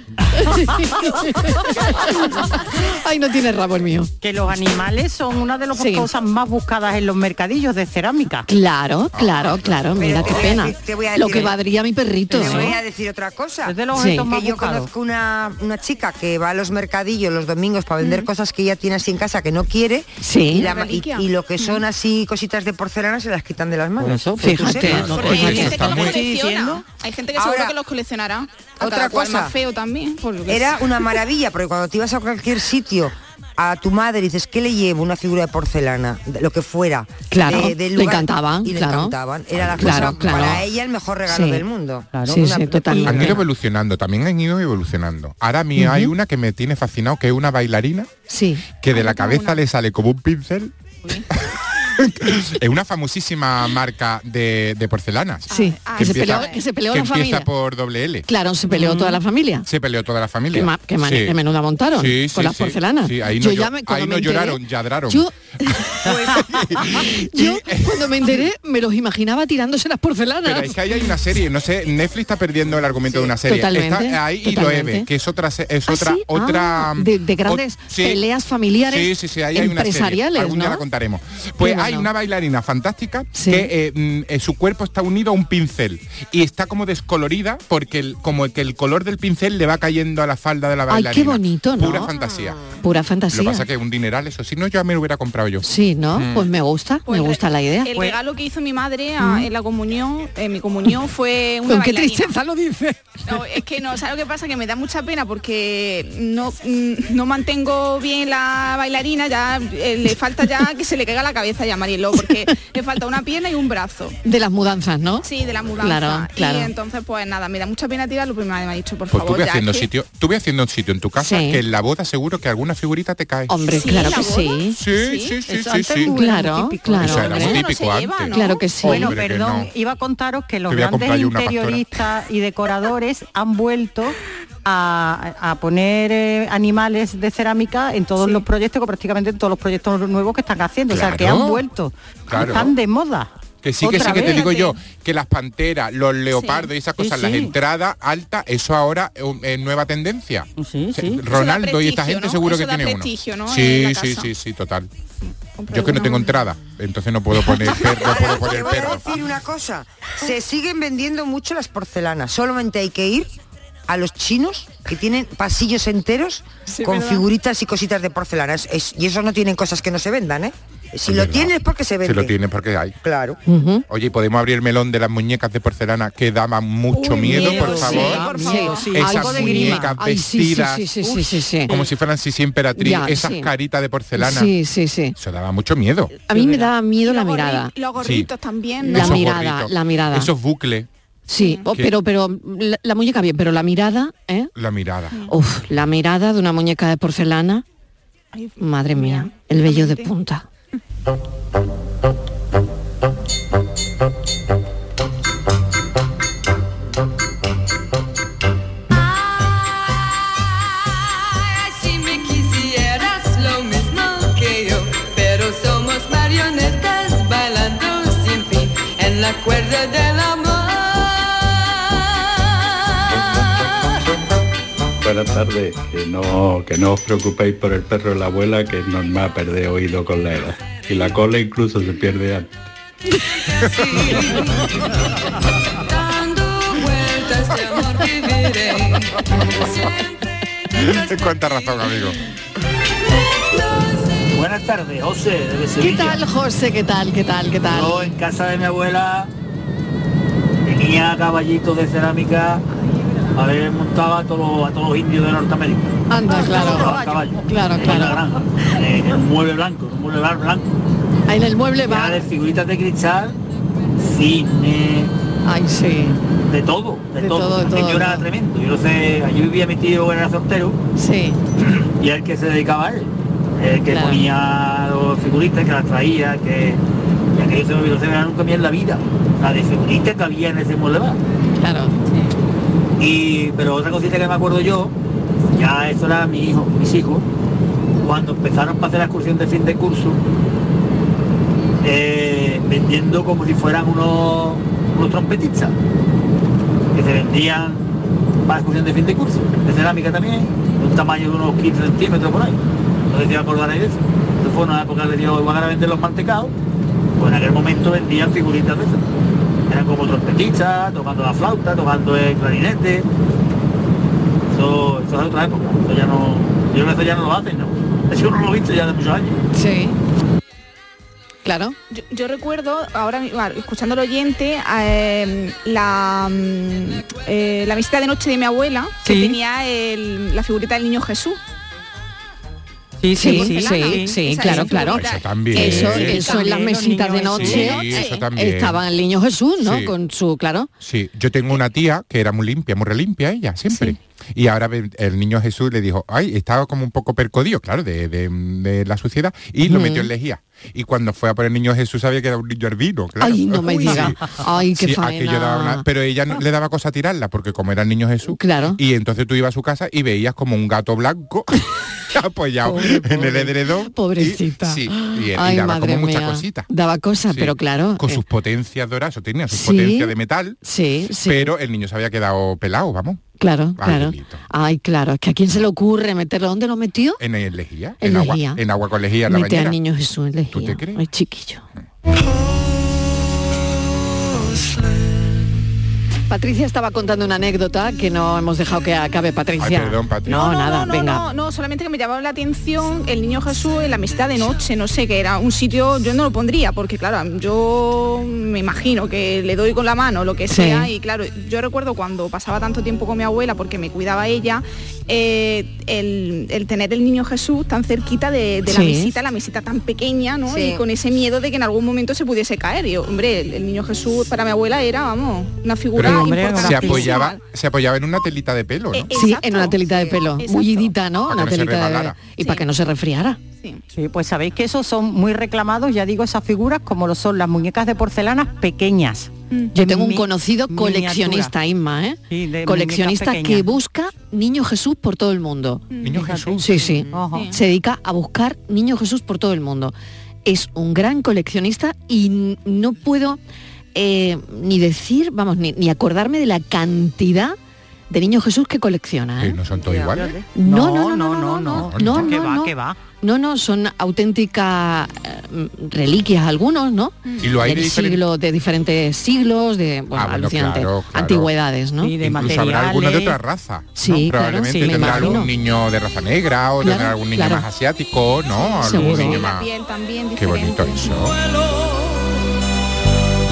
Speaker 1: Ay, no tiene rabo el mío.
Speaker 7: Que los animales son una de las
Speaker 1: Sí.
Speaker 7: cosas más buscadas compradas en los mercadillos de cerámica.
Speaker 1: Claro, claro, claro, mira qué pena. Lo que valdría mi perrito. ¿eh?
Speaker 8: Te voy
Speaker 1: ¿no?
Speaker 8: a decir otra cosa.
Speaker 1: Es de los objetos
Speaker 8: que
Speaker 1: más
Speaker 8: yo
Speaker 1: buscados.
Speaker 8: conozco una, una chica que va a los mercadillos los domingos para vender cosas que ella tiene así en casa que no quiere.
Speaker 1: Mm. Sí.
Speaker 8: Y, la
Speaker 1: Una
Speaker 8: ma- y-
Speaker 1: reliquia. Mm.
Speaker 8: y lo que son así cositas de porcelana se las quitan de las manos.
Speaker 1: Por eso, pues, tú Fíjate, sepas. no te-
Speaker 8: Porque
Speaker 1: Eso
Speaker 8: hay gente
Speaker 1: está
Speaker 8: que
Speaker 1: muy-
Speaker 8: lo
Speaker 14: Colecciona.
Speaker 8: colecciona.
Speaker 14: Hay gente que
Speaker 8: Ahora,
Speaker 14: seguro que los coleccionará. A
Speaker 8: otra
Speaker 14: cada cual
Speaker 8: cosa.
Speaker 14: más feo también. por lo que
Speaker 8: Era
Speaker 14: sea.
Speaker 8: una maravilla, porque cuando te ibas a cualquier sitio a tu madre y dices, ¿qué le llevo? Una figura de porcelana, de lo que fuera.
Speaker 1: Claro,
Speaker 8: de- del
Speaker 1: le
Speaker 8: lugar,
Speaker 1: encantaban,
Speaker 8: Y le
Speaker 1: claro.
Speaker 8: encantaban. Era la
Speaker 1: Claro,
Speaker 8: cosa,
Speaker 1: claro.
Speaker 8: para ella el mejor regalo
Speaker 1: Sí.
Speaker 8: del mundo.
Speaker 1: Sí, sí, totalmente.
Speaker 6: Han ido evolucionando, también han ido evolucionando. Ahora a mí hay una que me tiene fascinado, que es una bailarina
Speaker 1: Sí.
Speaker 6: que de la cabeza le sale como un pincel. es una famosísima marca de, de porcelanas.
Speaker 1: Sí, que se peleó- que se peleó
Speaker 6: que
Speaker 1: la
Speaker 6: empieza
Speaker 1: familia.
Speaker 6: por doble L.
Speaker 1: Claro, se peleó toda
Speaker 6: Mm.
Speaker 1: la familia.
Speaker 6: Se peleó toda la familia.
Speaker 1: Qué, ma- qué mane-
Speaker 6: Sí.
Speaker 1: qué menuda montaron
Speaker 6: Sí,
Speaker 1: con
Speaker 6: sí,
Speaker 1: las
Speaker 6: sí.
Speaker 1: porcelanas.
Speaker 6: Sí, ahí no,
Speaker 1: yo ya
Speaker 6: llo-
Speaker 1: me,
Speaker 6: ahí
Speaker 1: cuando
Speaker 6: no
Speaker 1: me enteré-
Speaker 6: lloraron, lladraron.
Speaker 1: Yo, yo cuando me enteré me los imaginaba tirándose las porcelanas.
Speaker 6: Pero es que ahí hay una serie, no sé, Netflix está perdiendo el argumento de una serie.
Speaker 1: totalmente,
Speaker 6: está ahí y lo
Speaker 1: totalmente.
Speaker 6: Eve, que es otra se- es
Speaker 1: Ah,
Speaker 6: otra
Speaker 1: sí,
Speaker 6: otra
Speaker 1: ah, de, de grandes
Speaker 6: o- sí.
Speaker 1: peleas familiares
Speaker 6: Sí, sí, sí, ahí hay una serie.
Speaker 1: empresariales,
Speaker 6: Algún día
Speaker 1: ¿no?
Speaker 6: la contaremos. Pues
Speaker 1: Qué
Speaker 6: hay
Speaker 1: bueno.
Speaker 6: una bailarina fantástica que eh, mm, eh, su cuerpo está unido a un pincel y está como descolorida porque el, como que el color del pincel le va cayendo a la falda de la
Speaker 1: Ay,
Speaker 6: bailarina.
Speaker 1: qué bonito, ¿no?
Speaker 6: Pura fantasía.
Speaker 1: Pura fantasía.
Speaker 6: Lo que pasa que un dineral, eso sí, no, yo me lo hubiera comprado yo.
Speaker 1: Sí, ¿no?
Speaker 6: Mm.
Speaker 1: Pues me gusta, me gusta la idea.
Speaker 14: El regalo que hizo mi madre a-
Speaker 1: pues. Mm.
Speaker 14: en la comunión, en mi comunión, fue una
Speaker 1: Con qué
Speaker 14: bailarina.
Speaker 1: tristeza lo dice.
Speaker 14: No, es que no, ¿sabes lo que pasa? Que me da mucha pena porque no, mm, no mantengo bien la bailarina, ya eh, le falta ya que se le caiga la cabeza ya a Marielo, porque le falta una pierna y un brazo.
Speaker 1: De las mudanzas, ¿no?
Speaker 14: Sí, de la mudanza.
Speaker 1: Claro, claro.
Speaker 14: Y entonces, pues nada, me da mucha pena tirarlo, pero mi madre me ha dicho, por
Speaker 6: Pues
Speaker 14: favor,
Speaker 6: tuve
Speaker 14: ya,
Speaker 6: haciendo
Speaker 14: es que-
Speaker 6: sitio, tuve haciendo un sitio en tu casa que en la boda seguro que alguna figurita te cae.
Speaker 1: Hombre, claro que sí.
Speaker 6: Sí, sí, sí, sí, sí.
Speaker 1: Claro, claro.
Speaker 6: Eso era muy
Speaker 1: hombre.
Speaker 6: típico antes.
Speaker 1: Claro que sí.
Speaker 7: Ah, Bueno,
Speaker 6: Hombre, que
Speaker 7: perdón,
Speaker 6: no.
Speaker 7: iba a contaros que los
Speaker 6: Te voy a comprar
Speaker 7: grandes
Speaker 6: yo una pastora.
Speaker 7: interioristas y decoradores han vuelto a, a poner eh, animales de cerámica en todos los proyectos, que prácticamente en todos los proyectos nuevos que están haciendo, o sea, que
Speaker 6: Claro.
Speaker 7: han vuelto.
Speaker 6: Claro.
Speaker 7: Están de moda.
Speaker 6: Que sí, que
Speaker 7: Otra
Speaker 6: sí, que te
Speaker 7: vez. ¿eh?
Speaker 6: digo yo, que las panteras, los leopardos y esas
Speaker 7: Sí,
Speaker 6: cosas,
Speaker 7: sí.
Speaker 6: las entradas altas, eso ahora eh, es nueva tendencia. Se- Ronaldo y esta
Speaker 14: prestigio,
Speaker 6: gente
Speaker 14: ¿no?
Speaker 6: seguro
Speaker 14: Eso
Speaker 6: que
Speaker 14: da
Speaker 6: tiene
Speaker 14: prestigio,
Speaker 6: uno.
Speaker 14: ¿no? En
Speaker 6: Sí,
Speaker 14: la
Speaker 6: sí,
Speaker 14: casa.
Speaker 6: sí, sí, total. Yo es que no tengo entrada, entonces no puedo poner perro, no puedo poner
Speaker 8: Voy a
Speaker 6: perro.
Speaker 8: decir una cosa. Se siguen vendiendo mucho las porcelanas. Solamente hay que ir a los chinos que tienen pasillos enteros con
Speaker 15: ¿verdad?
Speaker 8: figuritas y cositas de porcelana. Es- es- y esos no tienen cosas que no se vendan, ¿eh? Si
Speaker 6: Es
Speaker 8: lo
Speaker 6: verdad.
Speaker 8: tienes es porque se
Speaker 6: Si
Speaker 8: vende.
Speaker 6: lo tienes porque hay.
Speaker 8: Claro.
Speaker 6: Oye, ¿y podemos abrir el melón de las muñecas de porcelana que daban mucho
Speaker 1: Uy,
Speaker 6: miedo,
Speaker 1: miedo,
Speaker 6: por
Speaker 1: sí,
Speaker 6: favor.
Speaker 1: por favor. Sí, sí. Algo
Speaker 6: Esas
Speaker 1: de grima.
Speaker 6: muñecas
Speaker 1: Ay, sí, sí,
Speaker 6: vestidas.
Speaker 1: sí, sí, sí, sí, sí.
Speaker 6: Como si fueran Sisi Emperatriz,
Speaker 1: Ya,
Speaker 6: esas
Speaker 1: sí.
Speaker 6: caritas de porcelana.
Speaker 1: Sí, sí, sí.
Speaker 6: Eso daba mucho miedo.
Speaker 1: A mí me daba miedo la mirada.
Speaker 14: Los
Speaker 6: Sí.
Speaker 14: gorritos también, ¿no?
Speaker 1: La
Speaker 6: Esos
Speaker 1: mirada,
Speaker 6: gorritos,
Speaker 1: la mirada.
Speaker 6: Esos bucles, Mm.
Speaker 1: Sí, oh,
Speaker 6: ¿Qué?
Speaker 1: pero pero la, la muñeca bien, pero la mirada, ¿eh?
Speaker 6: la mirada.
Speaker 1: Uf, la mirada de una muñeca de porcelana. Madre mía, el vello de punta.
Speaker 16: Ay, si me quisieras lo mismo que yo, pero somos marionetas bailando sin fin en la cuerda del amor.
Speaker 17: Buenas tardes, que no, que no os preocupéis por el perro de la abuela, que es normal perder oído con la edad. Y la cola incluso se pierde antes.
Speaker 16: Dando vueltas de amor viviré.
Speaker 6: Cuánta razón, amigo.
Speaker 9: Buenas tardes, José, desde
Speaker 1: ¿Qué
Speaker 9: Sevilla.
Speaker 1: tal, José? ¿Qué tal? ¿Qué tal? ¿Qué tal?
Speaker 9: Yo en casa de mi abuela tenía caballitos de cerámica, a ver, montaba a todos, los- a todos los indios de Norteamérica.
Speaker 1: Anda,
Speaker 9: Montaba
Speaker 1: claro.
Speaker 9: caballo.
Speaker 1: Claro,
Speaker 9: En
Speaker 1: claro.
Speaker 9: la granja, en el mueble blanco, en un mueble bar- blanco.
Speaker 1: Ah, En el mueble
Speaker 9: Era
Speaker 1: va.
Speaker 9: de figuritas de cristal, cine.
Speaker 1: Ay, sí.
Speaker 9: De todo, de,
Speaker 1: De
Speaker 9: todo.
Speaker 1: todo, de
Speaker 9: Aquello
Speaker 1: todo,
Speaker 9: era
Speaker 1: ¿no?
Speaker 9: tremendo. Yo no sé, allí vivía mi tío, era soltero.
Speaker 1: Sí.
Speaker 9: Y el que se dedicaba a él. El que
Speaker 1: Claro.
Speaker 9: ponía los figuritas, que las traía, que. Y aquello se me olvidó, se me nunca vi en la vida. La de figuritas que había en ese mueble.
Speaker 1: Claro.
Speaker 9: Y, pero otra cosita que me acuerdo yo, ya eso era mi hijo, mis hijos, cuando empezaron para hacer la excursión de fin de curso, eh, vendiendo como si fueran unos, unos trompetistas, que se vendían para la excursión de fin de curso, de cerámica también, de un tamaño de unos 15 centímetros por ahí. No sé si me acordaréis de eso. Eso fue una época que le dio, van a vender los mantecados
Speaker 18: Pues en aquel momento vendían figuritas de esas. Eran como trompetistas, tocando la flauta, tocando el clarinete. Eso, eso es otra época. Eso ya no, yo creo que eso ya no lo hacen, ¿no? Eso no lo he visto ya de muchos años.
Speaker 1: Sí. Claro.
Speaker 14: Yo, yo recuerdo, ahora mi- bueno, escuchando al oyente, eh, la, mm, eh, la visita de noche de mi abuela,
Speaker 1: Sí.
Speaker 14: que tenía el- la figurita del niño Jesús.
Speaker 1: Sí, sí,
Speaker 14: sí,
Speaker 1: sí, sí,
Speaker 14: sí, esa-
Speaker 1: claro,
Speaker 14: esa
Speaker 1: claro.
Speaker 14: figurita.
Speaker 6: Eso también.
Speaker 1: Eso, eso en
Speaker 6: También
Speaker 1: las
Speaker 6: los
Speaker 1: mesitas de
Speaker 6: niños
Speaker 1: noche
Speaker 6: Jesús. Sí, eso también.
Speaker 1: estaba el niño Jesús, ¿no?
Speaker 6: Sí.
Speaker 1: Con su, claro.
Speaker 6: Sí, yo tengo una tía que era muy limpia, muy relimpia ella, siempre. Y ahora ve- el niño Jesús le dijo, ay, estaba como un poco percodido, claro, de, de- de la suciedad, y lo
Speaker 1: Mm.
Speaker 6: metió en lejía. Y cuando fue a por el niño Jesús sabía que era un niño albino, claro.
Speaker 1: Ay, no me
Speaker 6: Uy.
Speaker 1: diga. Ay, qué
Speaker 6: Sí, aquello
Speaker 1: faena.
Speaker 6: daba una- pero ella no- le daba cosa a tirarla, porque como era el niño Jesús,
Speaker 1: claro.
Speaker 6: y entonces tú ibas a su casa y veías como un gato blanco apoyado en el edredón.
Speaker 1: Pobrecita.
Speaker 6: Sí, y, y
Speaker 1: Ay,
Speaker 6: daba
Speaker 1: madre
Speaker 6: como muchas
Speaker 1: mía.
Speaker 6: cositas.
Speaker 1: Daba cosas,
Speaker 6: Sí,
Speaker 1: pero claro.
Speaker 6: Con
Speaker 1: eh,
Speaker 6: sus potencias doradas, eso tenía sus
Speaker 1: sí,
Speaker 6: potencias de metal.
Speaker 1: Sí, sí.
Speaker 6: Pero el niño se había quedado pelado, vamos.
Speaker 1: Claro,
Speaker 6: Ay,
Speaker 1: claro. Ay, claro. Es que a quién se le ocurre meterlo. ¿Dónde lo metió?
Speaker 6: En el lejía.
Speaker 1: En
Speaker 6: En, agua.
Speaker 1: lejía.
Speaker 6: En agua con lejía en la
Speaker 1: Mete al
Speaker 6: bañera.
Speaker 1: niño Jesús en lejía.
Speaker 6: ¿Tú te crees?
Speaker 1: Ay, chiquillo. Patricia estaba contando una anécdota que no hemos dejado que acabe Patricia.
Speaker 6: Ay, perdón, Patricia.
Speaker 1: No, nada,
Speaker 14: no,
Speaker 1: venga.
Speaker 14: no, no, solamente que me llamaba la atención el niño Jesús en la amistad de noche, no sé, que era un sitio, yo no lo pondría, porque claro, yo me imagino que le doy con la mano, lo que
Speaker 1: Sí.
Speaker 14: sea, y claro, yo recuerdo cuando pasaba tanto tiempo con mi abuela, porque me cuidaba ella, eh, el, el tener el niño Jesús tan cerquita de, de la
Speaker 1: Sí.
Speaker 14: mesita, la mesita tan pequeña, ¿no?
Speaker 1: Sí.
Speaker 14: Y con ese miedo de que en algún momento se pudiese caer. Y, hombre, el, el niño Jesús para mi abuela era, vamos, una figura
Speaker 6: Pero se
Speaker 14: importantísima.
Speaker 6: apoyaba, se apoyaba en una telita de pelo, ¿no?
Speaker 1: Sí, en una telita de pelo, bullidita, ¿no?
Speaker 6: Para
Speaker 1: Una
Speaker 6: que no se
Speaker 1: telita de
Speaker 6: resbalara.
Speaker 1: Y para que no se resfriara.
Speaker 7: Sí, pues sabéis que esos son muy reclamados, ya digo, esas figuras como lo son las muñecas de porcelanas pequeñas.
Speaker 1: Yo
Speaker 7: En
Speaker 1: tengo un
Speaker 7: mi-
Speaker 1: conocido coleccionista, Inma, ¿eh?
Speaker 7: Sí, de
Speaker 1: coleccionista
Speaker 7: muñecas pequeñas.
Speaker 1: que busca Niño Jesús por todo el mundo.
Speaker 7: Mm.
Speaker 6: Niño Jesús.
Speaker 1: Sí, sí. Se dedica a buscar Niño Jesús por todo el mundo. Es un gran coleccionista y n- no puedo eh, ni decir, vamos, ni, ni acordarme de la cantidad de Niño Jesús que colecciona. ¿eh?
Speaker 6: No son todos iguales.
Speaker 1: No,
Speaker 7: no, no, no, no,
Speaker 1: No,
Speaker 7: que
Speaker 1: no,
Speaker 7: va,
Speaker 1: no.
Speaker 7: que va.
Speaker 1: No, no, son auténticas eh, reliquias algunos, ¿no?
Speaker 6: Y lo hay
Speaker 1: Del
Speaker 6: de diferente-
Speaker 1: siglo- de diferentes siglos, de bueno,
Speaker 6: Ah, bueno,
Speaker 1: alucinante,
Speaker 6: claro, claro.
Speaker 1: antigüedades, ¿no?
Speaker 6: Incluso habrá alguno de otra raza. ¿no?
Speaker 1: Sí, claro,
Speaker 6: Probablemente
Speaker 1: sí, me
Speaker 6: tendrá
Speaker 1: imagino.
Speaker 6: algún niño de raza negra o
Speaker 1: Claro,
Speaker 6: tendrá algún niño
Speaker 1: claro.
Speaker 6: más asiático, ¿no?
Speaker 1: Sí, seguro.
Speaker 6: algún niño
Speaker 14: La
Speaker 6: más.
Speaker 14: piel también
Speaker 6: Qué bonito eso.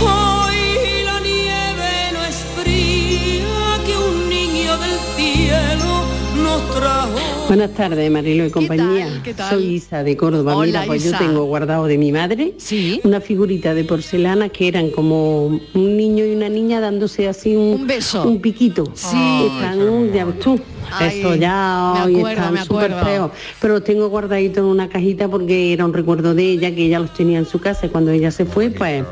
Speaker 16: Hoy la nieve no es fría que un niño del cielo nos trajo.
Speaker 19: Buenas tardes, Marilo y compañía. Soy Isa de Córdoba.
Speaker 16: Hola,
Speaker 19: Mira, pues
Speaker 16: Isa.
Speaker 19: yo tengo guardado de mi madre una figurita de porcelana que eran como un niño y una niña dándose así un,
Speaker 1: beso.
Speaker 19: un piquito.
Speaker 1: Sí.
Speaker 19: Están, ya ves tú,
Speaker 1: Ay,
Speaker 19: desollados
Speaker 1: me
Speaker 19: y
Speaker 1: acuerdo, me
Speaker 19: están súper
Speaker 1: acuerdo.
Speaker 19: feos. Pero los tengo guardadito en una cajita porque era un recuerdo de ella, que ella los tenía en su casa y cuando ella se fue, pues...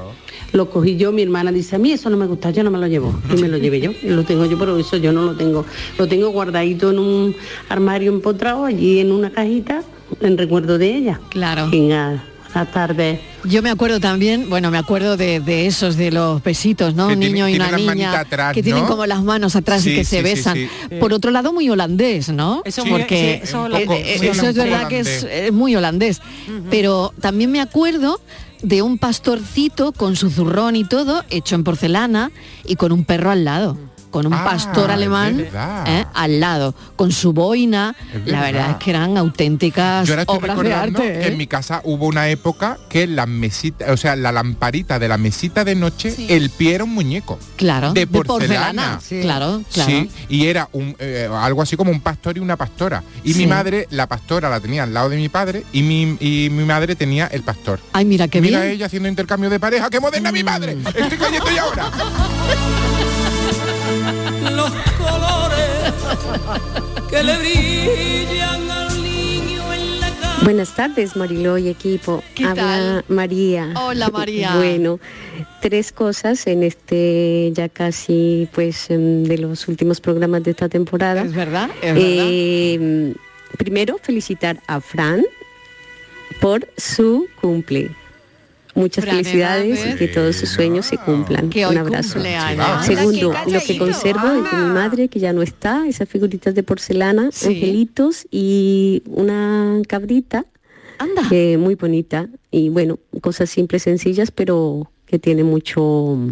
Speaker 19: Lo cogí yo, mi hermana dice, a mí eso no me gusta, yo no me lo llevo. Y me lo llevé yo, lo tengo yo, pero eso yo no lo tengo. Lo tengo guardadito en un armario empotrado, allí en una cajita, en recuerdo de ella.
Speaker 1: Claro.
Speaker 19: Venga, buenas tardes.
Speaker 1: Yo me acuerdo también, bueno, me acuerdo de, de esos de los besitos, ¿no?
Speaker 19: Que
Speaker 1: Un
Speaker 19: tiene-
Speaker 1: niño y
Speaker 19: tiene
Speaker 1: una
Speaker 19: las
Speaker 1: niña
Speaker 19: manitas atrás,
Speaker 1: que tienen
Speaker 19: ¿no?
Speaker 1: como las manos atrás y
Speaker 19: Sí,
Speaker 1: que se
Speaker 19: sí, sí,
Speaker 1: besan. Eh,
Speaker 19: sí.
Speaker 1: Por otro lado, muy holandés, ¿no?
Speaker 19: Eso
Speaker 1: Sí,
Speaker 19: muy-
Speaker 1: porque
Speaker 19: sí, eso
Speaker 1: eh,
Speaker 19: es holandés.
Speaker 1: eh,
Speaker 19: Sí,
Speaker 1: eso es
Speaker 19: holandés.
Speaker 1: verdad que es eh, muy holandés. Pero también me acuerdo de un pastorcito con su zurrón y todo, hecho en porcelana y con un perro al lado. Con un
Speaker 20: Ah,
Speaker 1: pastor
Speaker 20: es
Speaker 1: alemán
Speaker 20: verdad.
Speaker 1: eh, al lado, con su boina.
Speaker 6: Es
Speaker 1: La verdad
Speaker 6: verdad.
Speaker 1: es que eran auténticas
Speaker 6: Yo ahora estoy
Speaker 1: obras de
Speaker 6: recordando
Speaker 1: arte.
Speaker 6: que
Speaker 1: ¿eh?
Speaker 6: en mi casa hubo una época que la mesita, o sea, la lamparita de la mesita de noche, el pie era un muñeco.
Speaker 1: Claro, de
Speaker 6: De
Speaker 1: porcelana.
Speaker 6: porcelana.
Speaker 1: Claro, claro.
Speaker 6: Sí, y era un, eh, algo así como un pastor y una pastora. Y
Speaker 1: Sí.
Speaker 6: mi madre, la pastora la tenía al lado de mi padre y mi, y mi madre tenía el pastor.
Speaker 1: Ay, mira qué
Speaker 6: Mira
Speaker 1: bien. Mm.
Speaker 6: ella haciendo intercambio de pareja, qué moderna mi madre. Estoy cayendo yo ahora.
Speaker 16: los colores que le brillan al niño en la cara.
Speaker 21: Buenas tardes, Mariló y equipo. Habla María.
Speaker 1: Hola, María.
Speaker 21: bueno, tres cosas en este ya casi pues em, de los últimos programas de esta temporada.
Speaker 1: Es verdad, es
Speaker 21: Eh, Primero, felicitar a Fran por su cumple. Muchas
Speaker 1: Fran
Speaker 21: felicidades y que todos sus sueños se cumplan.
Speaker 1: Que hoy
Speaker 21: Un abrazo.
Speaker 1: cumpleaños.
Speaker 21: Segundo,
Speaker 1: Anda, qué Ah.
Speaker 21: lo que
Speaker 1: calladito.
Speaker 21: conservo es de mi madre, que ya no está, esas figuritas de porcelana,
Speaker 1: Sí.
Speaker 21: angelitos y una cabrita eh, muy bonita y bueno, cosas simples, sencillas, pero que tiene mucho mm,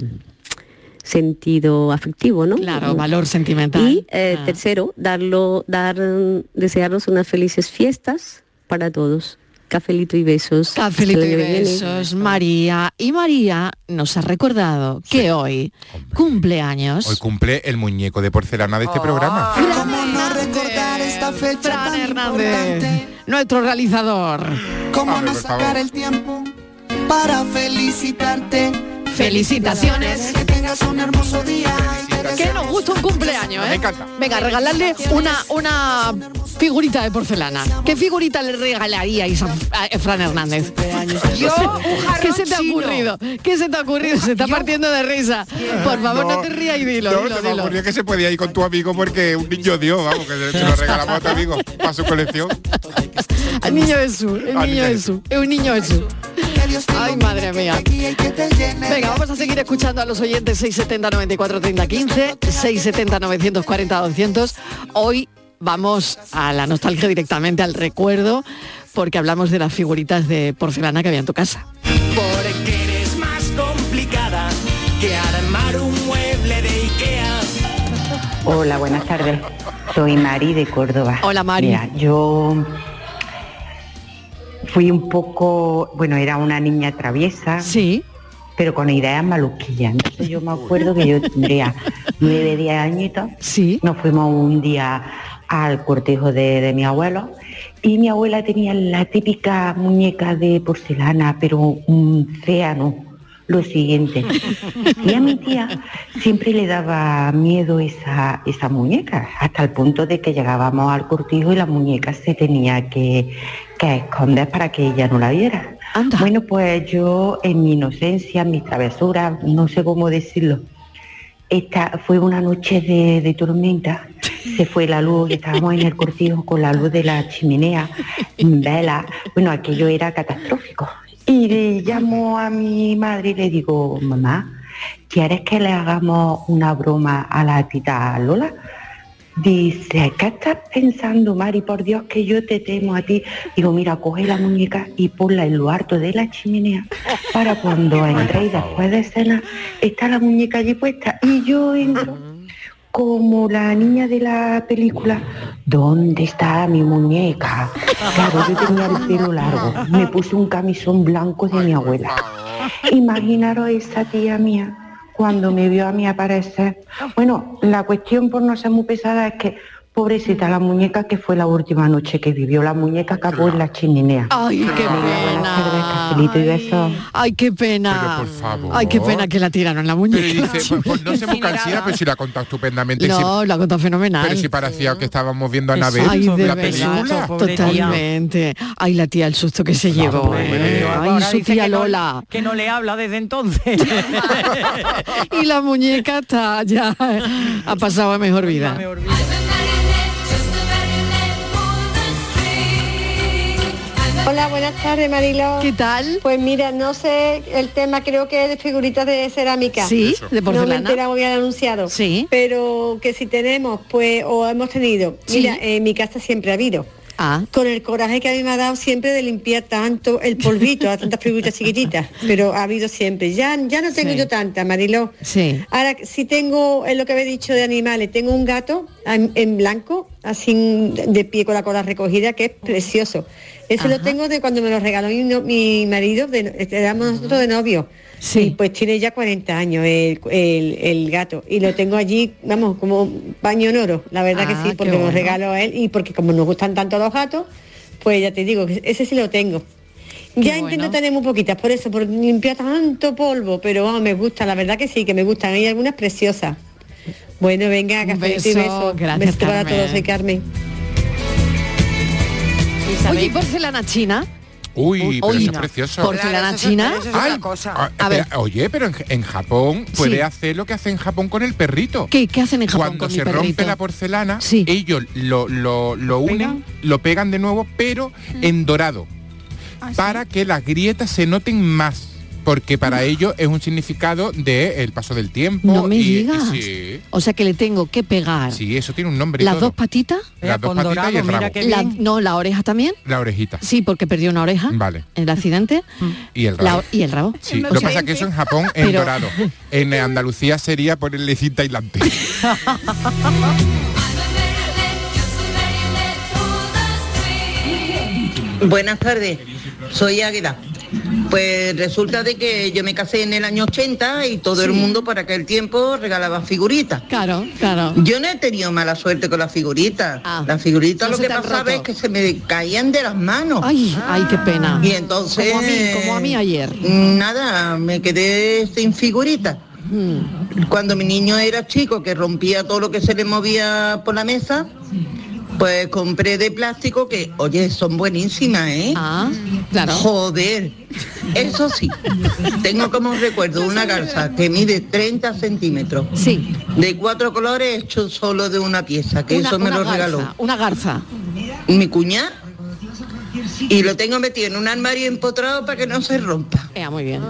Speaker 21: sentido afectivo, ¿no?
Speaker 1: Claro, valor sentimental.
Speaker 21: Y eh, tercero, darlo, dar, mm, desearnos unas felices fiestas para todos. Cafelito y besos. hasta el
Speaker 1: Cafelito y
Speaker 21: año que viene.
Speaker 1: besos, María. Y María nos ha recordado que hoy cumpleaños.
Speaker 6: Hoy cumple el muñeco de porcelana de este programa.
Speaker 1: ¿Cómo no recordar esta fecha tan importante? Nuestro realizador.
Speaker 20: ¿Cómo
Speaker 1: Hombre,
Speaker 20: no
Speaker 1: por
Speaker 20: sacar
Speaker 1: favor.
Speaker 20: el tiempo para felicitarte?
Speaker 1: Felicitaciones.
Speaker 20: Que tengas un hermoso día.
Speaker 1: Que nos gusta un cumpleaños, ¿eh?
Speaker 20: Me encanta.
Speaker 1: Venga, regalarle una, una figurita de porcelana. ¿Qué figurita le regalaríais a, a Fran Hernández?
Speaker 20: Yo, un jarrón
Speaker 1: ¿Qué se te ha
Speaker 20: chino.
Speaker 1: ocurrido? ¿Qué se te ha ocurrido? Se está partiendo de risa. Por favor, no, te rías y dilo,
Speaker 6: No,
Speaker 1: dilo,
Speaker 6: se me
Speaker 1: dilo.
Speaker 6: ocurrió que se podía ir con tu amigo porque un niño dio, vamos, que se lo regalamos a tu amigo para su colección.
Speaker 1: Al niño Jesús, el
Speaker 6: Al
Speaker 1: niño
Speaker 6: niño
Speaker 1: Jesús, es un niño Jesús. Ay, madre mía. Venga, vamos a seguir escuchando a los oyentes 670 94 30 15, 670 940 200. Hoy vamos a la nostalgia directamente, al recuerdo, porque hablamos de las figuritas de porcelana que había en tu casa.
Speaker 12: Porque eres más complicada que armar un mueble de Ikea.
Speaker 22: Hola, buenas tardes. Soy Mari de Córdoba.
Speaker 1: Hola, Mari.
Speaker 22: Mira, yo fui un poco, bueno, era una niña traviesa.
Speaker 1: Sí.
Speaker 22: Pero con ideas maluquillas. Entonces yo me acuerdo que yo tendría nueve, diez añitos.
Speaker 1: Sí.
Speaker 22: Nos fuimos un día al cortejo de, de mi abuelo y mi abuela tenía la típica muñeca de porcelana, pero un océano. Lo siguiente. Y a mi tía siempre le daba miedo esa, esa muñeca, hasta el punto de que llegábamos al cortijo y la muñeca se tenía que, que esconder para que ella no la viera. Bueno, pues yo en mi inocencia, en mis travesuras, no sé cómo decirlo, esta fue una noche de, de tormenta, se fue la luz, y estábamos en el cortijo con la luz de la chimenea, vela, bueno, aquello era catastrófico. Y le llamo a mi madre y le digo, mamá, ¿quieres que le hagamos una broma a la tita Lola? Dice, ¿qué estás pensando, Mari? Por Dios que yo te temo a ti. Digo, mira, coge la muñeca y ponla en lo harto de la chimenea para cuando entréis después de cena, está la muñeca allí puesta. Y yo entro como la niña de la película, ¿dónde está mi muñeca? Claro, yo tenía el pelo largo, me puse un camisón blanco de mi abuela. Imaginaros esa tía mía cuando me vio a mí aparecer. Bueno, la cuestión por no ser muy pesada es que, pobrecita, la muñeca que fue la última noche que vivió, la muñeca acabó en la chimenea.
Speaker 1: Ay, qué pena.
Speaker 22: Cafelito y besos.
Speaker 1: Ay, qué pena.
Speaker 6: Pero, por favor.
Speaker 1: Ay, qué pena que la tiraron la muñeca.
Speaker 6: Pero dice, pues, pues no se busca encima, pero si la ha contado estupendamente. y si-
Speaker 1: no, lo ha contado fenomenal.
Speaker 6: pero si parecía que estábamos viendo a Anabel,
Speaker 1: Ay, de
Speaker 6: la
Speaker 1: verdad,
Speaker 6: película.
Speaker 1: totalmente. Ay, la tía, el susto que se llevó. ¿eh? Ay,
Speaker 7: Ahora
Speaker 1: su
Speaker 7: dice
Speaker 1: tía
Speaker 7: que no-
Speaker 1: Lola.
Speaker 7: que no le habla desde entonces.
Speaker 1: y la muñeca está ya ha pasado a mejor vida.
Speaker 15: Hola, buenas tardes, Marilo.
Speaker 1: ¿Qué tal?
Speaker 15: Pues mira, no sé, el tema creo que es de figuritas de cerámica.
Speaker 1: Sí, Eso. de
Speaker 15: No me
Speaker 1: porcelana.
Speaker 15: entera muy bien anunciado.
Speaker 1: Sí.
Speaker 15: Pero que si tenemos, pues, o hemos tenido.
Speaker 1: Sí.
Speaker 15: Mira, en mi casa siempre ha habido.
Speaker 1: Ah.
Speaker 15: Con el coraje que a mí me ha dado siempre de limpiar tanto el polvito a tantas figuritas chiquititas, pero ha habido siempre. Ya, ya no tengo
Speaker 1: Sí.
Speaker 15: yo tantas, Marilo.
Speaker 1: Sí.
Speaker 15: Ahora sí tengo, es lo que había dicho de animales, tengo un gato en, en blanco, así de pie con la cola recogida, que es precioso. Ese lo tengo de cuando me lo regaló mi, no- mi marido, de, éramos nosotros de novio.
Speaker 1: Sí.
Speaker 15: Y pues tiene ya 40 años el, el- el gato. Y lo tengo allí, vamos, como baño en oro, la verdad
Speaker 1: Ah,
Speaker 15: que sí,
Speaker 1: qué
Speaker 15: porque me lo
Speaker 1: bueno.
Speaker 15: regalo a él y porque como nos gustan tanto los gatos, pues ya te digo, ese sí lo tengo. Ya intento tener muy poquitas, por eso, por limpiar tanto polvo, pero vamos, me gusta, la verdad que sí, que me gustan. Hay algunas preciosas. Bueno, venga, café y
Speaker 1: beso,
Speaker 15: beso.
Speaker 1: gracias,
Speaker 15: Besito para
Speaker 1: Carmen.
Speaker 15: todos, soy Carmen.
Speaker 1: Oye, ¿y porcelana china.
Speaker 6: Uy, pero
Speaker 1: Uy,
Speaker 6: eso es
Speaker 1: no.
Speaker 6: precioso.
Speaker 1: Porcelana Claro, eso es- china. pero eso es otra
Speaker 6: Ay, ah,
Speaker 1: A ver.
Speaker 6: espera, Oye, pero en, en Japón puede
Speaker 1: Sí.
Speaker 6: hacer lo que hace en Japón con el perrito.
Speaker 1: ¿Qué, qué hacen en Japón
Speaker 6: Cuando
Speaker 1: con mi
Speaker 6: se rompe
Speaker 1: perrito?
Speaker 6: la porcelana, ellos lo, lo, lo unen, lo
Speaker 1: Mm.
Speaker 6: pegan
Speaker 1: Ah,
Speaker 6: de nuevo, pero en dorado, para que las grietas se noten más. porque para ellos es un significado de el paso del tiempo.
Speaker 1: Mm. No me
Speaker 6: y- y
Speaker 1: digas.
Speaker 6: sí.
Speaker 1: O sea que le tengo que pegar
Speaker 6: Sí, eso tiene un nombre. y
Speaker 1: las
Speaker 6: todo.
Speaker 1: dos patitas.
Speaker 6: Las dos patitas y el rabo.
Speaker 1: La- no, la oreja también.
Speaker 6: La orejita.
Speaker 1: Sí, porque perdió una oreja
Speaker 6: Vale.
Speaker 1: en el accidente.
Speaker 7: Mm.
Speaker 6: Y el
Speaker 1: La-
Speaker 6: rabo.
Speaker 1: y el rabo.
Speaker 6: Sí, Lo que pasa es que eso en Japón es
Speaker 1: Pero-
Speaker 6: dorado. En Andalucía sería ponerle cinta aislante.
Speaker 2: Buenas tardes, soy Águeda. Pues resulta de que yo me casé en el año 80 y todo el mundo para aquel tiempo regalaba figuritas.
Speaker 1: Claro, claro. Ah.
Speaker 2: Yo no he tenido mala suerte con las figuritas. las figuritas lo
Speaker 1: no se
Speaker 2: que
Speaker 1: te han
Speaker 2: pasaba
Speaker 1: roto.
Speaker 2: es que se me caían de las manos.
Speaker 1: Ay, ay, qué pena.
Speaker 2: Y entonces...
Speaker 1: Como a mí, como a mí ayer.
Speaker 2: Nada, me quedé sin figuritas.
Speaker 1: Mm.
Speaker 2: Cuando mi niño era chico, que rompía todo lo que se le movía por la mesa, pues compré de plástico que, oye, son buenísimas, ¿eh?
Speaker 1: Ah, claro.
Speaker 2: Joder. Eso sí, tengo como recuerdo una garza que mide 30 centímetros.
Speaker 1: Sí.
Speaker 2: De cuatro colores hecho solo de una pieza, que
Speaker 1: Una-
Speaker 2: eso me
Speaker 1: una
Speaker 2: lo
Speaker 1: garza,
Speaker 2: regaló.
Speaker 1: Una garza.
Speaker 2: Mi cuñada. Y lo tengo metido en un armario empotrado para que no se rompa.
Speaker 1: muy bien.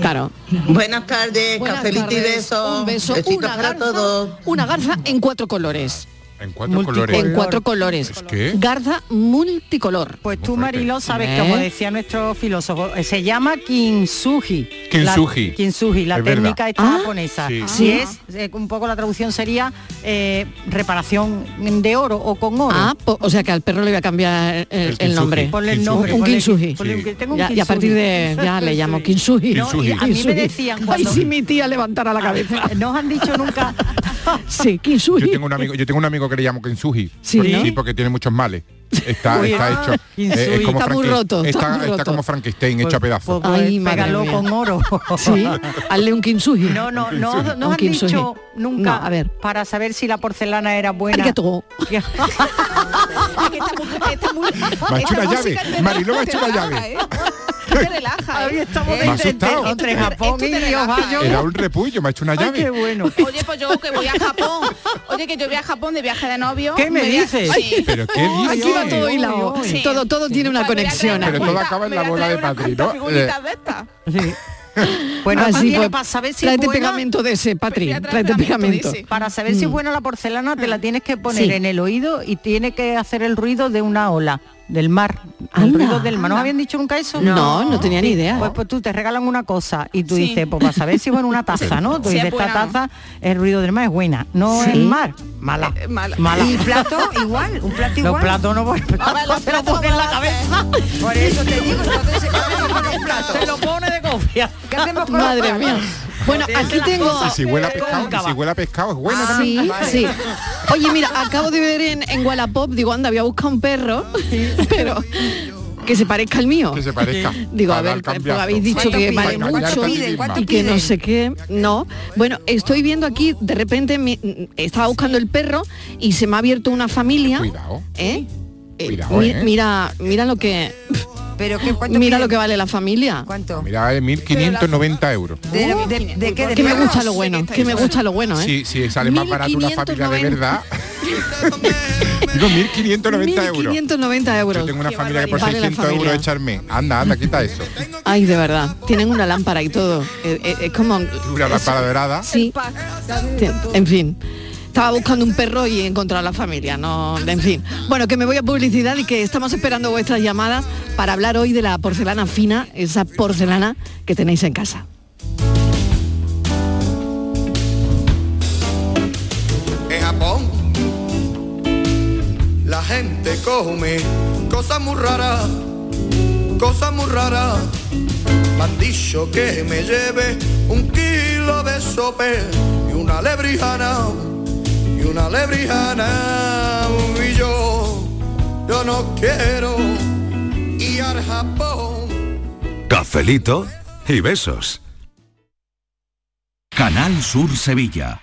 Speaker 1: Claro.
Speaker 2: Buenas tardes,
Speaker 1: Buenas
Speaker 2: cafelito y
Speaker 1: tardes,
Speaker 2: besos.
Speaker 1: Un beso.
Speaker 2: Besitos
Speaker 1: Una
Speaker 2: para
Speaker 1: garza,
Speaker 2: todos.
Speaker 1: una garza en cuatro colores.
Speaker 6: En cuatro colores.
Speaker 1: En cuatro colores.
Speaker 6: ¿Qué?
Speaker 1: Garza multicolor. ¿Eh?
Speaker 7: Pues tú, Marilo, sabes, como decía nuestro filósofo, eh, se llama kintsugi.
Speaker 6: Kintsugi.
Speaker 7: La, kintsugi, la
Speaker 6: Es verdad.
Speaker 7: técnica esta
Speaker 6: Ah.
Speaker 7: japonesa.
Speaker 6: Sí.
Speaker 7: Si
Speaker 6: Ah.
Speaker 7: es, eh, un poco la traducción sería eh, reparación de oro o con oro.
Speaker 1: Ah, po- o sea que al perro le voy a cambiar el, el
Speaker 7: kintsugi.
Speaker 1: nombre.
Speaker 7: Ponle el nombre,
Speaker 1: Un
Speaker 7: ponle-
Speaker 1: kintsugi.
Speaker 7: ponle un- tengo un
Speaker 1: Ya- Y a
Speaker 7: kintsugi.
Speaker 1: partir de ya le llamo kintsugi.
Speaker 7: No, y a mí me
Speaker 1: Kintsugi.
Speaker 7: decían
Speaker 1: Ay,
Speaker 7: cuando-
Speaker 1: si mi tía levantara la cabeza.
Speaker 7: No os han dicho nunca.
Speaker 1: sí,
Speaker 6: Yo tengo un amigo, yo tengo un amigo que le llamo Kensuji.
Speaker 1: Sí,
Speaker 6: Pues
Speaker 1: ¿no?
Speaker 6: sí, porque tiene muchos males. Está,
Speaker 7: Uy,
Speaker 6: está
Speaker 7: ah,
Speaker 6: hecho.
Speaker 7: Kintsugi.
Speaker 6: eh, es como
Speaker 7: Está muy
Speaker 6: Franken-
Speaker 7: roto, está
Speaker 6: Está,
Speaker 7: muy
Speaker 6: está
Speaker 7: roto.
Speaker 6: como Frankenstein hecho a pedazos.
Speaker 7: Pues,
Speaker 1: Ay, madre
Speaker 7: pégalo
Speaker 1: mía.
Speaker 7: con oro.
Speaker 1: Sí, hazle un kintsugi.
Speaker 7: No, no, no, no
Speaker 1: Un
Speaker 7: han
Speaker 1: kintsugi.
Speaker 7: dicho nunca
Speaker 1: No, a ver.
Speaker 7: para saber si la porcelana era buena.
Speaker 1: Arigato.
Speaker 6: Me ha hecho
Speaker 7: Esta
Speaker 6: una llave.
Speaker 7: música te-
Speaker 6: Mariló me ha
Speaker 7: te
Speaker 6: hecho una
Speaker 7: relaja,
Speaker 6: llave.
Speaker 14: Te
Speaker 16: ¿eh?
Speaker 14: relaja.
Speaker 7: Hoy estamos
Speaker 6: Me ha asustado.
Speaker 7: entre Japón
Speaker 14: Esto te
Speaker 7: y
Speaker 14: relaja,
Speaker 7: Ohio.
Speaker 6: Era un repullo, me ha hecho una llave.
Speaker 7: Oh,
Speaker 14: Oye, pues yo que voy a Japón. Oye, que yo voy a Japón de viaje de novio.
Speaker 6: ¿Qué me
Speaker 14: voy a-
Speaker 6: dices?
Speaker 14: Sí.
Speaker 6: ¿Pero qué dices?
Speaker 1: Aquí va todo
Speaker 6: Uy,
Speaker 1: hilado.
Speaker 6: uy, uy.
Speaker 1: Todo, todo tiene una conexión.
Speaker 6: Pero
Speaker 1: aquí.
Speaker 6: todo acaba en la bola de Patri, ¿no?
Speaker 14: figuritas
Speaker 6: Eh,
Speaker 7: Bueno,
Speaker 1: Así
Speaker 7: Patri,
Speaker 1: pues,
Speaker 7: para saber si es
Speaker 1: tráete
Speaker 7: buena-
Speaker 1: pegamento de ese, Patri. Tráete pegamento.
Speaker 7: Para saber si es
Speaker 1: Mm.
Speaker 7: buena la porcelana te la tienes que poner
Speaker 1: Sí.
Speaker 7: en el oído y tiene que hacer el ruido de una ola del mar. El ruido del mar. ¿No habían dicho nunca eso?
Speaker 1: No, no, tenía ni
Speaker 7: Sí.
Speaker 1: idea.
Speaker 7: Pues, pues tú te regalan una cosa y tú
Speaker 1: Sí.
Speaker 7: dices, pues para saber si es buena una taza, ¿no? Tú
Speaker 1: Si es
Speaker 7: dices, esta
Speaker 1: buena, ¿no?
Speaker 7: taza, el ruido del mar es buena, no
Speaker 1: Sí.
Speaker 7: el mar. Mala.
Speaker 14: mala.
Speaker 7: mala.
Speaker 8: ¿Y el plato igual? ¿Un plato igual?
Speaker 7: Los platos no voy
Speaker 8: te lo pones en la cabeza. Por eso te digo, entonces, ¿qué hacemos con los platos?
Speaker 7: Te lo pone de cofia.
Speaker 8: ¿Qué hacemos con los
Speaker 1: Madre
Speaker 8: platos?
Speaker 1: mía. Bueno, aquí tengo...
Speaker 6: Y si huele a pescado, y si huele a pescado es bueno
Speaker 1: Ah,
Speaker 6: también.
Speaker 1: sí, sí. Oye, mira, acabo de ver en, en Wallapop, digo, anda, voy a buscar un perro, pero que se parezca al mío.
Speaker 6: Que se parezca.
Speaker 1: Digo, a
Speaker 6: Para dar
Speaker 1: ver, porque
Speaker 6: cambiazo.
Speaker 1: habéis dicho
Speaker 6: ¿Cuánto
Speaker 1: que
Speaker 6: piden?
Speaker 1: vale
Speaker 6: ¿Cuánto
Speaker 1: mucho
Speaker 6: piden? ¿Cuánto
Speaker 1: y que no
Speaker 6: piden?
Speaker 1: sé qué. No. Bueno, estoy viendo aquí, de repente mi- estaba buscando el perro y se me ha abierto una familia.
Speaker 6: Cuidado.
Speaker 1: ¿eh? Eh,
Speaker 6: Cuidado,
Speaker 1: mi-
Speaker 6: ¿eh?
Speaker 1: Mira, mira lo que.
Speaker 8: Pero
Speaker 1: mira lo que vale la familia.
Speaker 8: ¿Cuánto?
Speaker 6: Mira, es 1.590 euros.
Speaker 8: ¿De, de- de qué? ¿De
Speaker 1: que me
Speaker 8: perros?
Speaker 1: gusta lo bueno, que me gusta lo bueno, ¿eh?
Speaker 6: Sí, sí, sale más barato una familia de
Speaker 1: 1590.
Speaker 6: verdad. Digo, 1.590 euros.
Speaker 1: 590 euros.
Speaker 6: Yo tengo una familia que por
Speaker 1: Vale la
Speaker 6: 600 euros
Speaker 1: familia.
Speaker 6: echarme. Anda, anda, quita eso.
Speaker 1: Ay, de verdad. Tienen una lámpara y todo. Eh, eh, Es, como...
Speaker 6: Una lámpara dorada.
Speaker 1: Sí. Sí, En fin. Estaba buscando un perro y he encontrado a la familia, no, en fin. Bueno, que me voy a publicidad y que estamos esperando vuestras llamadas para hablar hoy de la porcelana fina, esa porcelana que tenéis en casa.
Speaker 4: En Japón la gente come cosas muy raras, cosas muy raras. Me han dicho que me lleve un kilo de sope y una lebrijana, y una lebrijana. Y yo, yo no quiero ir al Japón.
Speaker 17: Cafelito y besos.
Speaker 23: Canal Sur Sevilla.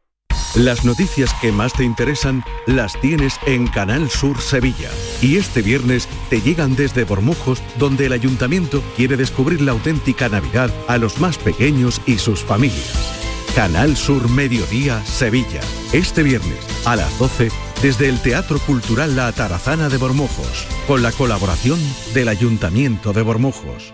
Speaker 17: Las noticias que más te interesan las tienes en Canal Sur Sevilla. Y este viernes te llegan desde Bormujos, donde el ayuntamiento quiere descubrir la auténtica Navidad a los más pequeños y sus familias. Canal Sur Mediodía Sevilla. Este viernes a las 12 desde el Teatro Cultural La Atarazana de Bormujos, con la colaboración del Ayuntamiento de Bormujos.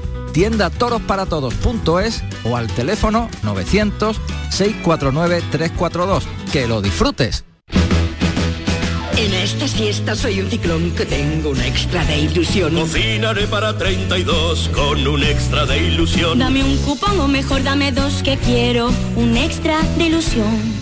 Speaker 23: tiendatorosparatodos.es o al teléfono 900-649-342. Que lo disfrutes.
Speaker 24: En esta fiesta soy un ciclón que tengo una extra de ilusión.
Speaker 25: Cocinaré para 32 con un extra de ilusión.
Speaker 11: Dame un cupón o mejor dame dos que quiero un extra de ilusión.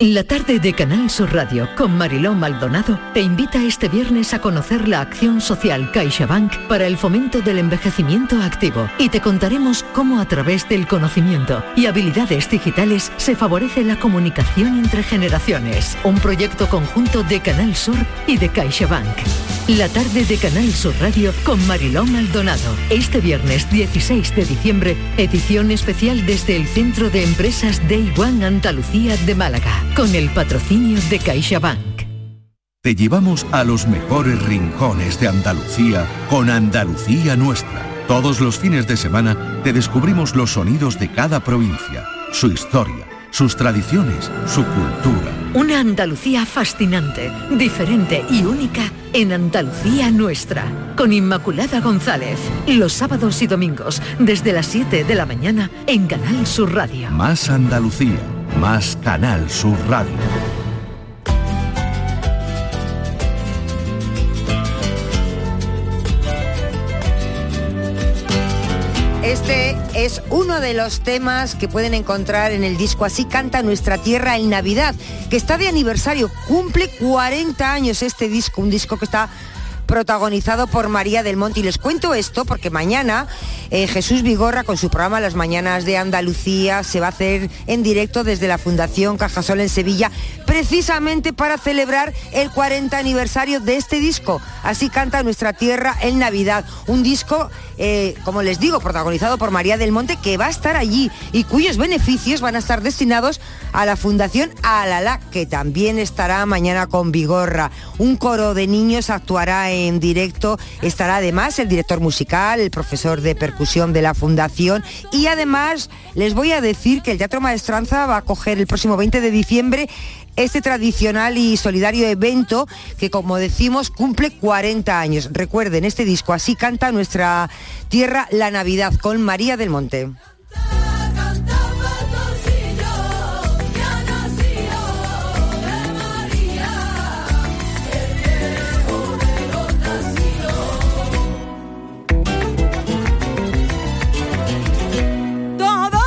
Speaker 1: La tarde de Canal Sur Radio con Mariló Maldonado te invita este viernes a conocer la acción social CaixaBank para el fomento del envejecimiento activo y te contaremos cómo a través del conocimiento y habilidades digitales se favorece la comunicación entre generaciones. Un proyecto conjunto de Canal Sur y de CaixaBank. La tarde de Canal Sur Radio con Mariló Maldonado. Este viernes 16 de diciembre, edición especial desde el Centro de Empresas Day One Andalucía de Málaga con el patrocinio de CaixaBank.
Speaker 17: Te llevamos a los mejores rincones de Andalucía con Andalucía Nuestra. Todos los fines de semana te descubrimos los sonidos de cada provincia, su historia, sus tradiciones, su cultura.
Speaker 1: Una Andalucía fascinante, diferente y única en Andalucía nuestra. Con Inmaculada González, los sábados y domingos desde las 7 de la mañana en Canal Sur Radio.
Speaker 17: Más Andalucía, más Canal Sur Radio.
Speaker 8: Este es uno de los temas que pueden encontrar en el disco Así canta nuestra tierra en Navidad, que está de aniversario, cumple 40 años este disco, un disco que está protagonizado por María del Monte. Y les cuento esto porque mañana eh, Jesús Vigorra con su programa Las Mañanas de Andalucía se va a hacer en directo desde la Fundación Cajasol en Sevilla, precisamente para celebrar el 40 aniversario de este disco. Así canta Nuestra Tierra en Navidad, un disco, eh, como les digo, protagonizado por María del Monte que va a estar allí y cuyos beneficios van a estar destinados a la Fundación Alalá, que también estará mañana con Vigorra. Un coro de niños actuará en en directo. Estará además el director musical, el profesor de percusión de la Fundación y además les voy a decir que el Teatro Maestranza va a coger el próximo 20 de diciembre este tradicional y solidario evento que, como decimos, cumple 40 años. Recuerden este disco, así canta nuestra tierra la Navidad con María del Monte.
Speaker 26: Todo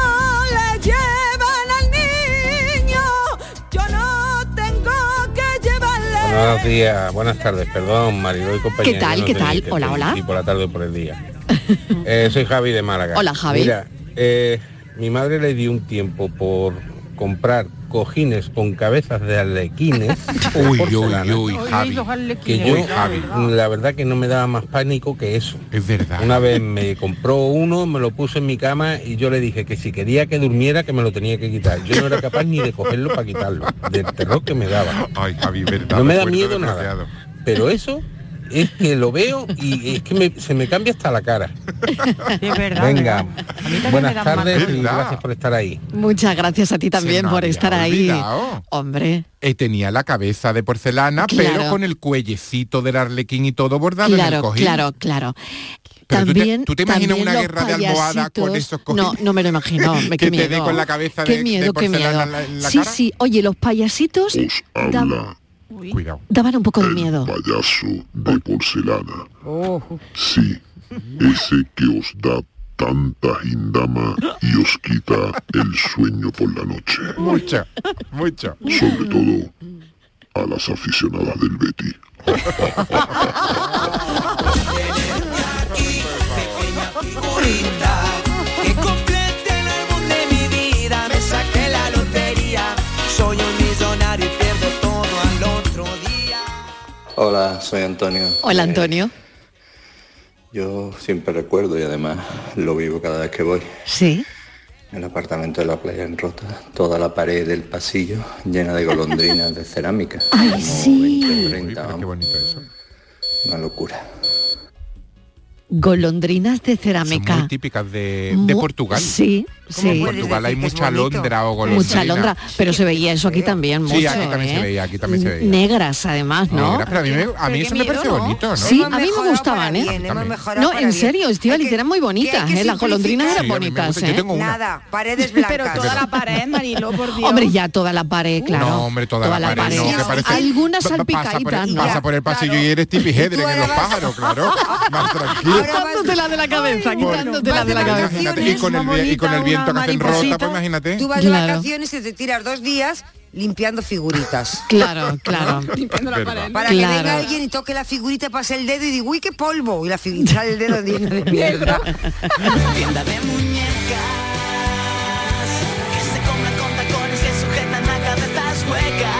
Speaker 26: le llevan al niño. Yo no tengo que llevarle.
Speaker 12: Buenos días, buenas tardes, perdón, Mariló y compañía.
Speaker 1: ¿Qué tal,
Speaker 12: yo
Speaker 1: qué
Speaker 12: tenía
Speaker 1: tal?
Speaker 12: que
Speaker 1: Hola,
Speaker 12: pedir
Speaker 1: hola.
Speaker 12: si por la tarde o por el día. Eh, soy Javi de Málaga.
Speaker 1: Hola, Javi.
Speaker 12: Mira, eh, mi madre le dio un tiempo por comprar cojines con cabezas de arlequines.
Speaker 6: Uy,
Speaker 12: por
Speaker 6: uy,
Speaker 12: semana,
Speaker 6: uy, Javi.
Speaker 12: Que yo, la verdad que no me daba más pánico que eso.
Speaker 6: Es verdad.
Speaker 12: Una vez me compró uno, me lo puse en mi cama y yo le dije que si quería que durmiera, que me lo tenía que quitar. Yo no era capaz ni de cogerlo para quitarlo, del terror que me daba.
Speaker 6: Ay, Javi, verdad.
Speaker 12: No me da
Speaker 6: recuerdo
Speaker 12: miedo
Speaker 6: demasiado.
Speaker 12: nada. Pero eso es que lo veo y es que me- se me cambia hasta la cara.
Speaker 27: Es verdad.
Speaker 12: Venga, buenas
Speaker 1: me dan
Speaker 12: tardes
Speaker 1: mal
Speaker 12: y
Speaker 1: rollo.
Speaker 12: gracias por estar ahí.
Speaker 1: Muchas gracias a ti también
Speaker 6: me
Speaker 1: por
Speaker 6: había
Speaker 1: estar ahí.
Speaker 6: olvidado.
Speaker 1: Hombre,
Speaker 6: Eh, tenía la cabeza de porcelana, pero
Speaker 1: Claro.
Speaker 6: con el cuellecito del arlequín y todo bordado en el
Speaker 1: claro,
Speaker 6: cojín.
Speaker 1: claro, claro.
Speaker 6: Pero tú te-
Speaker 1: también,
Speaker 6: ¿tú te imaginas
Speaker 1: también
Speaker 6: una
Speaker 1: los
Speaker 6: guerra de almohada con
Speaker 1: payasitos-
Speaker 6: esos
Speaker 1: No, no me lo imagino. hombre, qué
Speaker 6: Que te dé
Speaker 1: miedo.
Speaker 6: con la cabeza
Speaker 1: qué
Speaker 6: de- de
Speaker 1: miedo, qué miedo.
Speaker 6: porcelana en la- en la
Speaker 1: sí,
Speaker 6: cara.
Speaker 1: sí. Oye, los payasitos da-
Speaker 6: Cuidado.
Speaker 1: daban un poco de miedo.
Speaker 28: payaso de porcelana.
Speaker 6: Oh.
Speaker 28: Sí, ese que os da tanta gindama y os quita el sueño por la noche.
Speaker 6: Mucho, mucho.
Speaker 28: Sobre todo a las aficionadas del Betty.
Speaker 16: figurita que completa el álbum de mi vida. Me saqué la lotería, soy un millonario y pierdo todo al otro día.
Speaker 4: Hola, soy Antonio.
Speaker 1: Hola, Antonio.
Speaker 4: Yo siempre recuerdo y además lo vivo cada vez que voy.
Speaker 1: Sí.
Speaker 4: El apartamento de la playa en Rota, toda la pared del pasillo llena de golondrinas de cerámica.
Speaker 1: Ay, sí.
Speaker 4: 30, qué bonito eso. Una locura.
Speaker 1: Golondrinas de cerámica.
Speaker 6: Muy típicas de, de
Speaker 1: Mu-
Speaker 6: Portugal.
Speaker 1: Sí, sí.
Speaker 6: En Portugal hay mucha alondra o golondrina.
Speaker 1: Mucha alondra, pero se veía eso aquí también mucho,
Speaker 6: Sí, aquí también se
Speaker 1: ¿eh?
Speaker 6: veía, aquí también se veía.
Speaker 1: Negras además, ¿no?
Speaker 6: Negras, pero a mí me- a mí Pero qué eso me miedo, parece ¿no? bonito, ¿no?
Speaker 1: Sí,
Speaker 6: Hemos
Speaker 1: a mí me
Speaker 6: mejorado
Speaker 1: gustaban,
Speaker 6: para
Speaker 1: ¿eh?
Speaker 6: bien, hemos mejorado
Speaker 1: no,
Speaker 6: para
Speaker 1: en
Speaker 6: bien.
Speaker 1: serio, Estivaliz, eran muy bonitas, ¿eh? Las golondrinas eran bonitas, ¿eh?
Speaker 8: Nada, paredes blancas.
Speaker 14: Pero toda la pared, Mariló, por Dios.
Speaker 1: Hombre, ya toda la pared, claro.
Speaker 6: No, hombre, toda, la, pared, no, que parece-
Speaker 1: Algunas
Speaker 6: pa- pa- pasa por,
Speaker 1: salpicaditas.
Speaker 6: el,
Speaker 1: ¿no?
Speaker 6: pasa por el pasillo y eres Tipi Hedren en los pájaros, claro. Más tranquilo.
Speaker 1: Quitándotela de la cabeza, quitándotela de la cabeza.
Speaker 6: Imagínate, y con el, vie- y con el viento que hacen rota, pues imagínate.
Speaker 8: Tú vas de
Speaker 1: Claro.
Speaker 8: vacaciones y te tiras dos días limpiando figuritas.
Speaker 1: Claro, claro.
Speaker 6: la Verdad. pared.
Speaker 1: Claro.
Speaker 8: Para que venga alguien y toque la figurita, pase el dedo y digo, uy, qué polvo. Y la figurita sale el dedo lleno de piedra.
Speaker 16: Tienda de muñecas que se come con tacones que sujetan a cabezas huecas.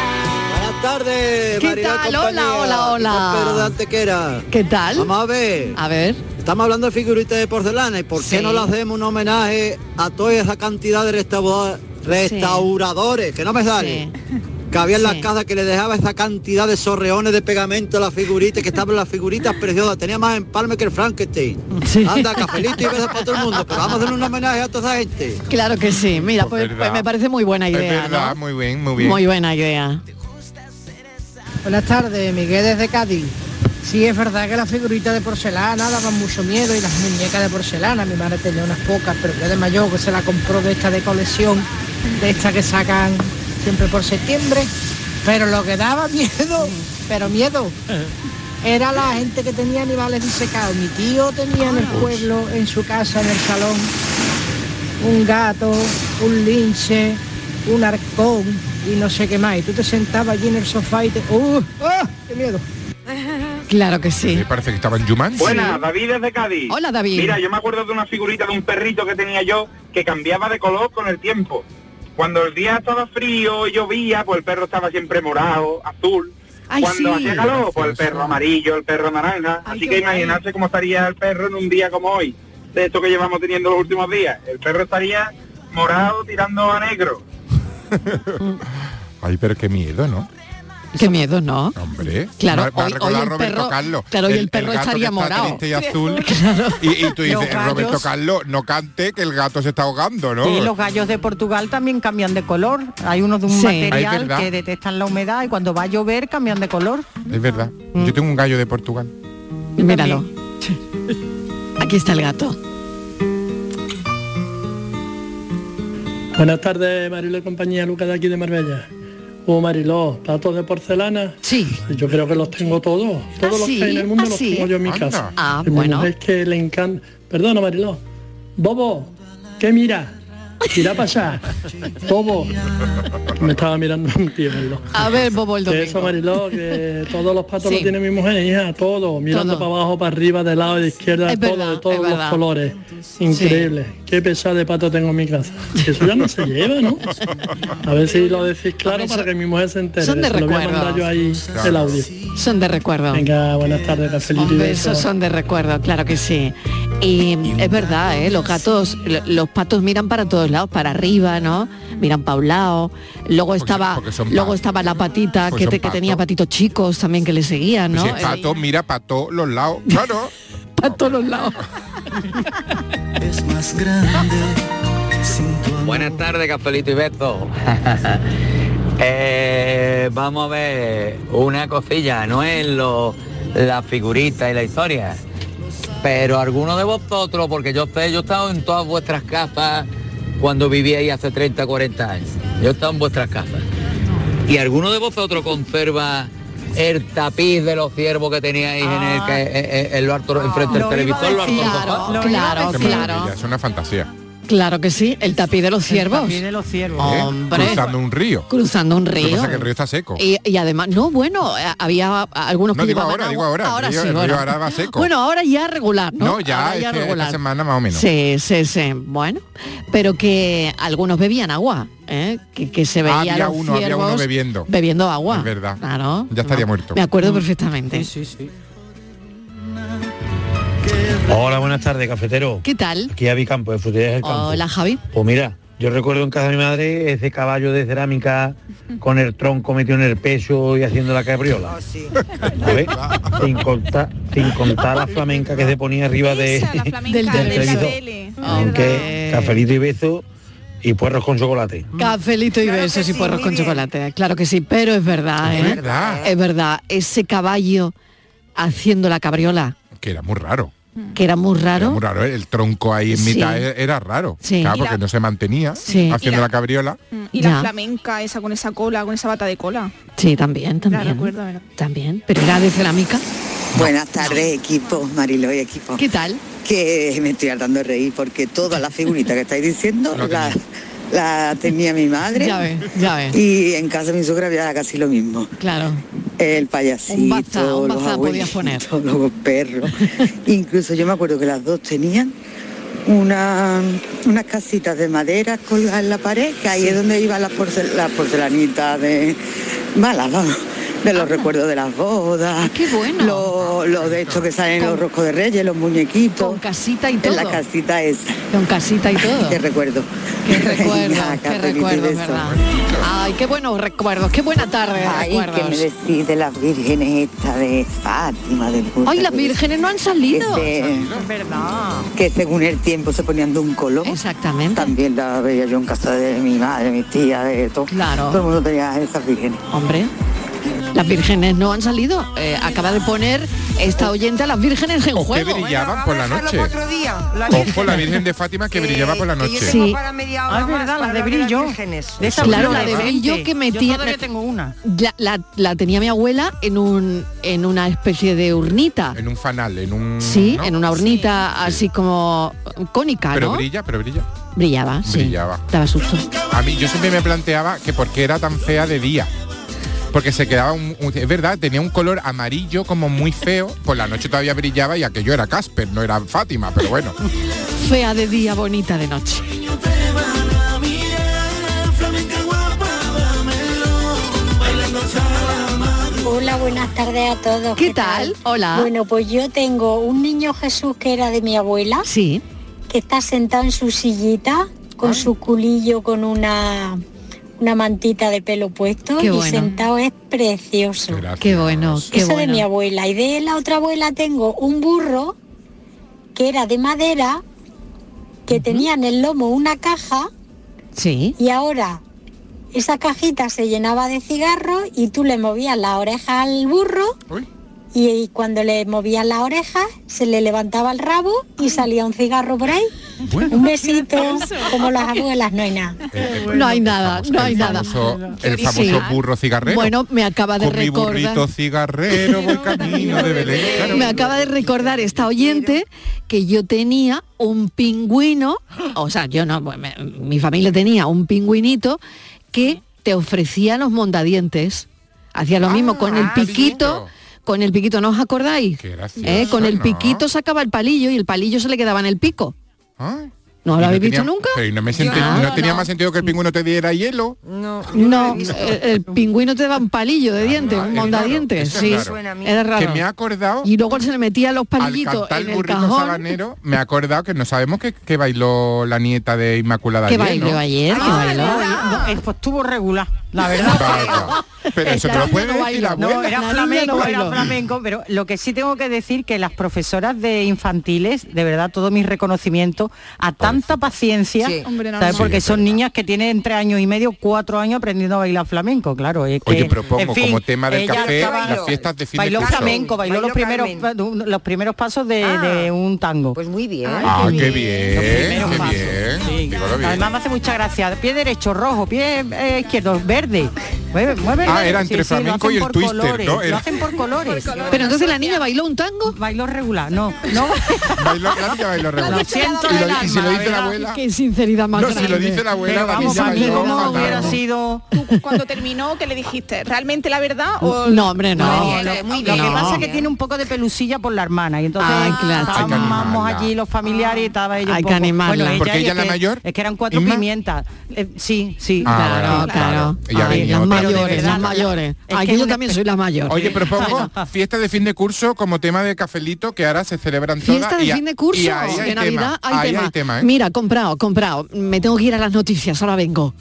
Speaker 9: Buenas tardes,
Speaker 1: ¿Qué
Speaker 16: Mariló y
Speaker 1: tal?
Speaker 16: compañía.
Speaker 1: Hola, hola, hola.
Speaker 16: Soy Pedro de
Speaker 9: Antequera.
Speaker 1: ¿Qué tal?
Speaker 9: Vamos a ver.
Speaker 1: A ver.
Speaker 9: Estamos hablando de figuritas de porcelana y por qué
Speaker 1: Sí.
Speaker 9: no le hacemos un homenaje a toda esa cantidad de restaura- restauradores, que no me sale. Que había en las casas que le dejaba esa cantidad de sorreones de pegamento a las figuritas, que estaban las figuritas preciosas, tenía más empalme que el Frankenstein. Anda, cafelito y besos para todo el mundo, pero vamos a hacer un homenaje a toda esa gente.
Speaker 1: Claro que sí. Mira, pues,
Speaker 9: verdad.
Speaker 1: pues me parece muy buena
Speaker 9: Es
Speaker 1: idea.
Speaker 9: verdad,
Speaker 1: ¿no?
Speaker 6: muy bien, muy bien.
Speaker 1: Muy buena idea.
Speaker 18: Buenas tardes, Miguel desde Cádiz. Sí, es verdad que las figuritas de porcelana daban mucho miedo y las muñecas de porcelana, mi madre tenía unas pocas, pero yo de mayor que se la compró de esta de colección, de esta que sacan siempre por septiembre, pero lo que daba miedo, pero miedo, era la gente que tenía animales disecados. Mi tío tenía en el pueblo, en su casa, en el salón, un gato, un lince, un arcón y no sé qué más. Y tú te sentabas allí en el sofá y te... ¡Uh! ¡Ah! ¡Qué miedo!
Speaker 1: Claro que sí.
Speaker 6: Me parece que estaba en Jumanji.
Speaker 20: Buenas, David desde Cádiz.
Speaker 1: Hola, David.
Speaker 20: Mira, yo me acuerdo de una figurita de un perrito que tenía yo que cambiaba de color con el tiempo. Cuando el día estaba frío y llovía, pues el perro estaba siempre morado, azul.
Speaker 29: Ay,
Speaker 20: Cuando
Speaker 29: sí.
Speaker 20: hacía calor, pues el perro amarillo, el perro naranja. Así que imaginarse cómo estaría el perro en un día como hoy, de esto que llevamos teniendo los últimos días. El perro estaría morado tirando a negro.
Speaker 6: Ay, pero qué miedo, ¿no?
Speaker 1: Qué miedo, ¿no?
Speaker 6: Hombre,
Speaker 1: Claro,
Speaker 6: me- me
Speaker 1: hoy-
Speaker 6: ha
Speaker 1: hoy
Speaker 6: recordado
Speaker 1: el
Speaker 6: Roberto
Speaker 1: perro-
Speaker 6: Carlos.
Speaker 1: claro, y el perro
Speaker 6: gato
Speaker 1: estaría
Speaker 6: que está
Speaker 1: morado.
Speaker 6: triste y azul. y, y tú
Speaker 7: Los
Speaker 6: dices, "Eh,
Speaker 7: gallos.
Speaker 6: Roberto Carlos, no cante que el gato se está ahogando, ¿no?
Speaker 7: Y los gallos de Portugal también cambian de color. Hay unos de un
Speaker 6: Sí. Es
Speaker 7: material
Speaker 6: verdad.
Speaker 7: que detectan la humedad y cuando va a llover cambian de color.
Speaker 6: Es verdad.
Speaker 1: Mm.
Speaker 6: Yo tengo un gallo de Portugal.
Speaker 1: Míralo. Aquí está el gato.
Speaker 3: Buenas tardes, Mariló y compañía, Lucas de aquí de Marbella. Oh, Mariló, platos de porcelana.
Speaker 1: Sí.
Speaker 3: Yo creo que los tengo todos. Todos
Speaker 1: ¿Ah,
Speaker 3: los
Speaker 1: sí?
Speaker 3: que hay en el mundo
Speaker 1: ¿Ah,
Speaker 3: los
Speaker 1: sí?
Speaker 3: tengo yo en mi
Speaker 1: Anda.
Speaker 3: casa.
Speaker 1: Ah,
Speaker 3: Y mi
Speaker 1: bueno.
Speaker 3: mujer que le encanta. Perdona, Mariló. Bobo, ¿qué mira? Mira para allá. Bobo. Me estaba mirando un tío, Mariló.
Speaker 1: A ver, Bobo el
Speaker 3: Que
Speaker 1: domingo.
Speaker 3: Eso, Mariló, que todos los patos
Speaker 1: Sí.
Speaker 3: los tiene mi mujer, e hija, todos, mirando
Speaker 1: Todo.
Speaker 3: para abajo, para arriba, de lado, de izquierda,
Speaker 1: Es
Speaker 3: todo,
Speaker 1: verdad,
Speaker 3: de todos
Speaker 1: es
Speaker 3: los
Speaker 1: verdad.
Speaker 3: colores. Increíble. Qué pesado de pato tengo en mi casa. Eso ya no se lleva, ¿no? A ver si lo decís claro para que mi mujer se entere.
Speaker 1: son de
Speaker 3: Se lo voy a mandar
Speaker 1: recuerdos.
Speaker 3: yo ahí el audio.
Speaker 1: Son de recuerdo.
Speaker 3: Venga, buenas tardes, Cafelito y
Speaker 1: Hombre,
Speaker 3: besos.
Speaker 1: esos son de recuerdo, claro que sí. Y es verdad, ¿eh? los gatos, lo- los patos miran para todos lados, para arriba, ¿no? Miran para un lado. Luego estaba,
Speaker 6: porque son
Speaker 1: luego
Speaker 6: patos.
Speaker 1: estaba la patita
Speaker 6: Pues
Speaker 1: que,
Speaker 6: son
Speaker 1: te- que
Speaker 6: patos.
Speaker 1: tenía patitos chicos también que le seguían, eh, ¿no?
Speaker 6: Pues Si es pato, mira para todos los lados. Claro.
Speaker 1: para todos los lados.
Speaker 4: Es más grande.
Speaker 5: Buenas tardes, Cafelito y Beto. Eh, vamos a ver una cosilla, no es lo, la figurita y la historia, pero alguno de vosotros, porque yo sé, yo he estado en todas vuestras casas cuando vivíais hace 30, 40 años. Yo he estado en vuestras casas. ¿Y alguno de vosotros conserva el tapiz de los ciervos que teníais en, el, que- en- en- en lo alto, enfrente del televisor? lo alto del sofá?
Speaker 1: Claro, claro,
Speaker 6: Qué
Speaker 1: claro.
Speaker 6: maravilla, Es una fantasía.
Speaker 1: Claro que sí, el tapiz de los ciervos.
Speaker 6: tapiz
Speaker 7: de los ciervos.
Speaker 1: Hombre.
Speaker 6: Cruzando un río.
Speaker 1: Cruzando un
Speaker 6: Lo que
Speaker 1: río.
Speaker 6: pasa es que el río está seco.
Speaker 1: Y, y además, no, bueno, a- había a- algunos
Speaker 6: No,
Speaker 1: que
Speaker 6: digo
Speaker 1: llevaban
Speaker 6: ahora,
Speaker 1: agua.
Speaker 6: digo ahora, el río-
Speaker 1: sí,
Speaker 6: el río
Speaker 1: bueno.
Speaker 6: ahora va seco.
Speaker 1: Bueno, ahora ya regular, ¿no?
Speaker 6: No, ya,
Speaker 1: Ahora
Speaker 6: este- esta semana más o menos.
Speaker 1: Sí, sí, sí. Bueno, pero que algunos bebían agua, ¿eh? que, que se veía
Speaker 6: Había
Speaker 1: los
Speaker 6: uno, había uno
Speaker 1: ciervos
Speaker 6: bebiendo.
Speaker 1: bebiendo agua.
Speaker 6: Es verdad.
Speaker 1: Claro.
Speaker 6: Ya estaría muerto.
Speaker 1: Me acuerdo perfectamente.
Speaker 7: Mm. Sí, sí.
Speaker 9: Hola, buenas tardes, cafetero.
Speaker 1: ¿Qué tal?
Speaker 9: Aquí Avi Campo, de Fruterías del Campo.
Speaker 1: Hola, Javi.
Speaker 9: Pues mira, yo recuerdo en casa de mi madre ese caballo de cerámica con el tronco metido en el pecho y haciendo la
Speaker 16: Ah,
Speaker 9: cabriola. ¿Sabes? sin, contar, sin contar la flamenca que se ponía arriba de,
Speaker 16: flamenca
Speaker 9: del
Speaker 16: de la
Speaker 9: televisor.
Speaker 16: tele.
Speaker 9: Aunque cafelito y beso y puerros con chocolate.
Speaker 1: Mm. Cafelito y besos y porros con chocolate, claro que sí, pero es verdad,
Speaker 9: Es
Speaker 1: ¿eh?
Speaker 9: verdad.
Speaker 1: Es verdad, ese caballo haciendo la cabriola,
Speaker 6: Que era muy raro.
Speaker 1: que era muy
Speaker 6: Era
Speaker 1: raro.
Speaker 6: muy raro. ¿eh? El tronco ahí en
Speaker 1: Sí.
Speaker 6: mitad e- era raro.
Speaker 1: Sí.
Speaker 6: Claro,
Speaker 1: Y la-
Speaker 6: porque no se mantenía
Speaker 1: Sí.
Speaker 6: haciendo
Speaker 1: Y la-
Speaker 6: la cabriola.
Speaker 14: Mm,
Speaker 16: Y
Speaker 1: Ya.
Speaker 16: la flamenca, esa con esa cola, con esa bata de cola.
Speaker 1: Sí, también,
Speaker 16: La
Speaker 1: también.
Speaker 16: recuerdo, ¿verdad?
Speaker 1: También, pero era de cerámica.
Speaker 10: Buenas tardes, equipo, Marilo y equipo.
Speaker 1: ¿Qué tal?
Speaker 10: Que me estoy hartando de reír porque todas las figuritas que estáis diciendo la, la tenía mi madre.
Speaker 1: Ya ves, ya ves.
Speaker 10: Y en casa de mi suegra había casi lo mismo.
Speaker 1: Claro.
Speaker 10: El payasito,
Speaker 1: Un bazar, un
Speaker 10: los
Speaker 1: bazar podías poner.
Speaker 10: abuelitos, los perros. Incluso yo me acuerdo que las dos tenían una- unas casitas de madera colgadas en la pared, que ahí es donde iban las, porcel- las porcelanitas de malas, vamos, de los recuerdos de las bodas.
Speaker 1: Ah. ¡Qué bueno!
Speaker 10: Los de estos que salen en los roscos de reyes, los muñequitos. Con
Speaker 1: casita y
Speaker 10: todo. En la casita esa.
Speaker 1: Con casita y todo.
Speaker 10: Qué recuerdo.
Speaker 1: Qué recuerdo,
Speaker 10: Venga,
Speaker 1: qué
Speaker 10: cafelito y
Speaker 1: recuerdo,
Speaker 10: besos.
Speaker 1: ¿verdad? Ay, qué buenos recuerdos, qué buena tarde de
Speaker 10: Ay, que me
Speaker 1: recuerdos.
Speaker 10: decís de las vírgenes esta de Fátima, del Puerto
Speaker 1: Ay, las
Speaker 10: Rico?
Speaker 1: vírgenes no han salido.
Speaker 10: Que, se-
Speaker 1: verdad.
Speaker 10: que según el tiempo se ponían de un color.
Speaker 1: Exactamente.
Speaker 10: También la veía yo en casa de mi madre, mis tías, de todo.
Speaker 1: Claro.
Speaker 10: Todo el mundo tenía esas vírgenes.
Speaker 1: Hombre. Las vírgenes no han salido. Eh, acaba de poner esta oyente a las vírgenes en
Speaker 6: O que
Speaker 1: juego.
Speaker 6: Oh, brillaban por la noche. Ojo, la Virgen de Fátima que brillaba por la noche.
Speaker 1: Sí.
Speaker 7: Ah, es verdad, la de brillo. De esa
Speaker 1: claro, la de brillo
Speaker 7: brillo
Speaker 1: que metía.
Speaker 7: Yo todavía tengo una.
Speaker 1: La, la- la tenía mi abuela en un en una especie de urnita.
Speaker 6: En un fanal, en un...
Speaker 1: Sí,
Speaker 6: ¿no?
Speaker 1: en una urnita así como cónica,
Speaker 6: Pero
Speaker 1: ¿no?
Speaker 6: brilla, pero brilla.
Speaker 1: Brillaba, sí.
Speaker 6: Brillaba.
Speaker 1: Daba susto.
Speaker 6: A mí yo siempre me planteaba que por qué era tan fea de día. Porque se quedaba un, un- Es verdad, tenía un color amarillo como muy feo. Por la noche todavía brillaba y aquello era Casper, no era Fátima, pero bueno.
Speaker 1: Fea de día, bonita de noche.
Speaker 11: Hola, buenas tardes a todos. ¿Qué, tal?
Speaker 1: Hola.
Speaker 11: Bueno, pues yo tengo un niño Jesús que era de mi abuela.
Speaker 1: Sí. Ah.
Speaker 11: Que está sentado en su sillita con su culillo con una una mantita de pelo puesto
Speaker 1: Qué
Speaker 11: y
Speaker 1: bueno.
Speaker 11: sentado es precioso.
Speaker 1: Qué bueno, qué
Speaker 11: Eso de
Speaker 1: bueno.
Speaker 11: mi abuela. Y de la otra abuela tengo un burro que era de madera, que tenía en el lomo una caja
Speaker 1: Sí.
Speaker 11: y ahora esa cajita se llenaba de cigarros y tú le movías la oreja al burro y, y cuando le movías la oreja se le levantaba el rabo y salía un cigarro por ahí. Un besito, como las abuelas, no hay nada.
Speaker 1: no hay nada, no hay nada.
Speaker 6: famoso- el famoso burro cigarrero.
Speaker 1: Bueno, me acaba de
Speaker 6: Con mi burrito
Speaker 1: recordar.
Speaker 6: cigarrero voy camino de Belén.
Speaker 1: Me acaba de recordar esta oyente que yo tenía un pingüino, o sea, yo no, pues me- mi familia tenía un pingüinito que te ofrecía los mondadientes. Hacía lo mismo con
Speaker 6: Ah,
Speaker 1: el piquito, con el piquito, ¿no os acordáis?
Speaker 6: gracioso,
Speaker 1: Eh, Con el
Speaker 6: ¿no?
Speaker 1: piquito sacaba el palillo y el palillo se le quedaba en el pico. ¿No
Speaker 6: Y
Speaker 1: lo habéis visto
Speaker 6: tenía-
Speaker 1: nunca? Mm.
Speaker 6: pero no, me sentí-
Speaker 1: no,
Speaker 6: no tenía más sentido que el pingüino te diera hielo.
Speaker 8: No,
Speaker 1: No, el, el pingüino te daba un palillo de dientes, un mondadientes,
Speaker 6: eso Ah, es
Speaker 1: sí,
Speaker 6: raro. Suena a mí.
Speaker 1: era raro.
Speaker 6: Que me ha acordado-
Speaker 1: Y luego se le metía los
Speaker 6: Al
Speaker 1: palillitos
Speaker 6: cantar
Speaker 1: en
Speaker 6: el
Speaker 1: el
Speaker 6: burrito
Speaker 1: cajón.
Speaker 6: sabanero, me he acordado que no sabemos que, que bailó la nieta de Inmaculada
Speaker 1: Que
Speaker 6: ayer,
Speaker 1: bailó
Speaker 6: ¿no?
Speaker 1: ayer, que
Speaker 7: Ah,
Speaker 1: bailó.
Speaker 7: No, eh, pues estuvo regular, la verdad.
Speaker 6: Vaya, Pero eso te lo puede decir la abuela.
Speaker 7: No, era flamenco, era flamenco, pero lo que sí tengo que decir que las profesoras de infantiles, de verdad, todo mi reconocimiento a tanta paciencia,
Speaker 18: Sí. Hombre, no,
Speaker 7: ¿sabes?
Speaker 18: no.
Speaker 7: Porque
Speaker 18: Sí,
Speaker 7: son niñas que tienen entre años y medio, cuatro años aprendiendo a bailar flamenco, claro. Es que,
Speaker 6: Oye, propongo
Speaker 7: en fin,
Speaker 6: como tema del
Speaker 7: ella
Speaker 6: café
Speaker 7: acaba-
Speaker 6: las fiestas de fin
Speaker 7: Bailó
Speaker 6: de curso.
Speaker 7: flamenco, bailó,
Speaker 8: Bailó
Speaker 7: los, primeros,
Speaker 8: Carmen.
Speaker 7: pa- du- los primeros pasos de, de un tango. Pues
Speaker 8: muy bien.
Speaker 6: Ah, qué bien, qué
Speaker 7: pasos.
Speaker 6: bien. Dígalo bien.
Speaker 7: Además me hace mucha gracia. Pie derecho, rojo, pie eh, izquierdo, verde. Mueve, mueve
Speaker 6: Ah,
Speaker 7: verde.
Speaker 6: era entre
Speaker 7: lo
Speaker 6: flamenco
Speaker 7: hacen
Speaker 6: y el
Speaker 7: por
Speaker 6: twister,
Speaker 7: colores,
Speaker 6: ¿no? Era-
Speaker 7: Lo hacen por colores.
Speaker 1: Pero entonces la niña bailó un tango.
Speaker 7: Bailó regular, no, no.
Speaker 6: Bailó, la niña bailó regular.
Speaker 7: Lo siento
Speaker 6: Y lo-
Speaker 7: del
Speaker 6: y si lo
Speaker 7: alma,
Speaker 6: dice la
Speaker 7: ¿verdad?
Speaker 6: abuela,
Speaker 1: Qué sinceridad más
Speaker 6: No, si lo
Speaker 1: grande.
Speaker 6: dice la abuela,
Speaker 7: Pero
Speaker 6: la
Speaker 7: vamos,
Speaker 6: niña
Speaker 7: Paco,
Speaker 6: bailó
Speaker 7: ¿cómo
Speaker 6: fatal.
Speaker 7: hubiera sido?
Speaker 16: Tú, cuando terminó, ¿qué le dijiste? ¿Realmente la verdad o...?
Speaker 1: No, hombre, no.
Speaker 16: Muy
Speaker 1: bien,
Speaker 7: lo,
Speaker 1: muy
Speaker 7: lo
Speaker 1: bien.
Speaker 7: que pasa es que
Speaker 1: No.
Speaker 7: tiene un poco de pelusilla por la hermana y entonces
Speaker 1: Ay, claro. Hay que
Speaker 7: estábamos
Speaker 1: animarla.
Speaker 7: allí los familiares y estaba ella un
Speaker 1: Hay que
Speaker 7: poco.
Speaker 1: animarla.
Speaker 7: Bueno,
Speaker 1: Porque
Speaker 7: y
Speaker 1: ella
Speaker 7: es
Speaker 1: la
Speaker 7: que-
Speaker 1: mayor,
Speaker 7: Es que eran cuatro
Speaker 1: ¿Inma?
Speaker 7: pimientas. Eh, sí, sí.
Speaker 6: Ah,
Speaker 1: claro,
Speaker 6: bueno,
Speaker 1: claro.
Speaker 6: Ella
Speaker 1: Ay,
Speaker 6: venía
Speaker 1: las
Speaker 6: otra.
Speaker 1: mayores, las mayores.
Speaker 7: Es
Speaker 1: Aquí
Speaker 7: que
Speaker 1: Ah, yo
Speaker 7: una-
Speaker 1: también soy la mayor.
Speaker 6: Oye, propongo fiesta de fin de curso como tema de cafelito que ahora se celebran todas.
Speaker 1: Fiesta de
Speaker 6: y a-
Speaker 1: fin de curso,
Speaker 6: y ahí
Speaker 1: de
Speaker 6: hay tema,
Speaker 1: Navidad hay
Speaker 6: ahí
Speaker 1: tema.
Speaker 6: hay tema, ¿eh?
Speaker 1: Mira, comprado, comprado. Me tengo que ir a las noticias, ahora vengo.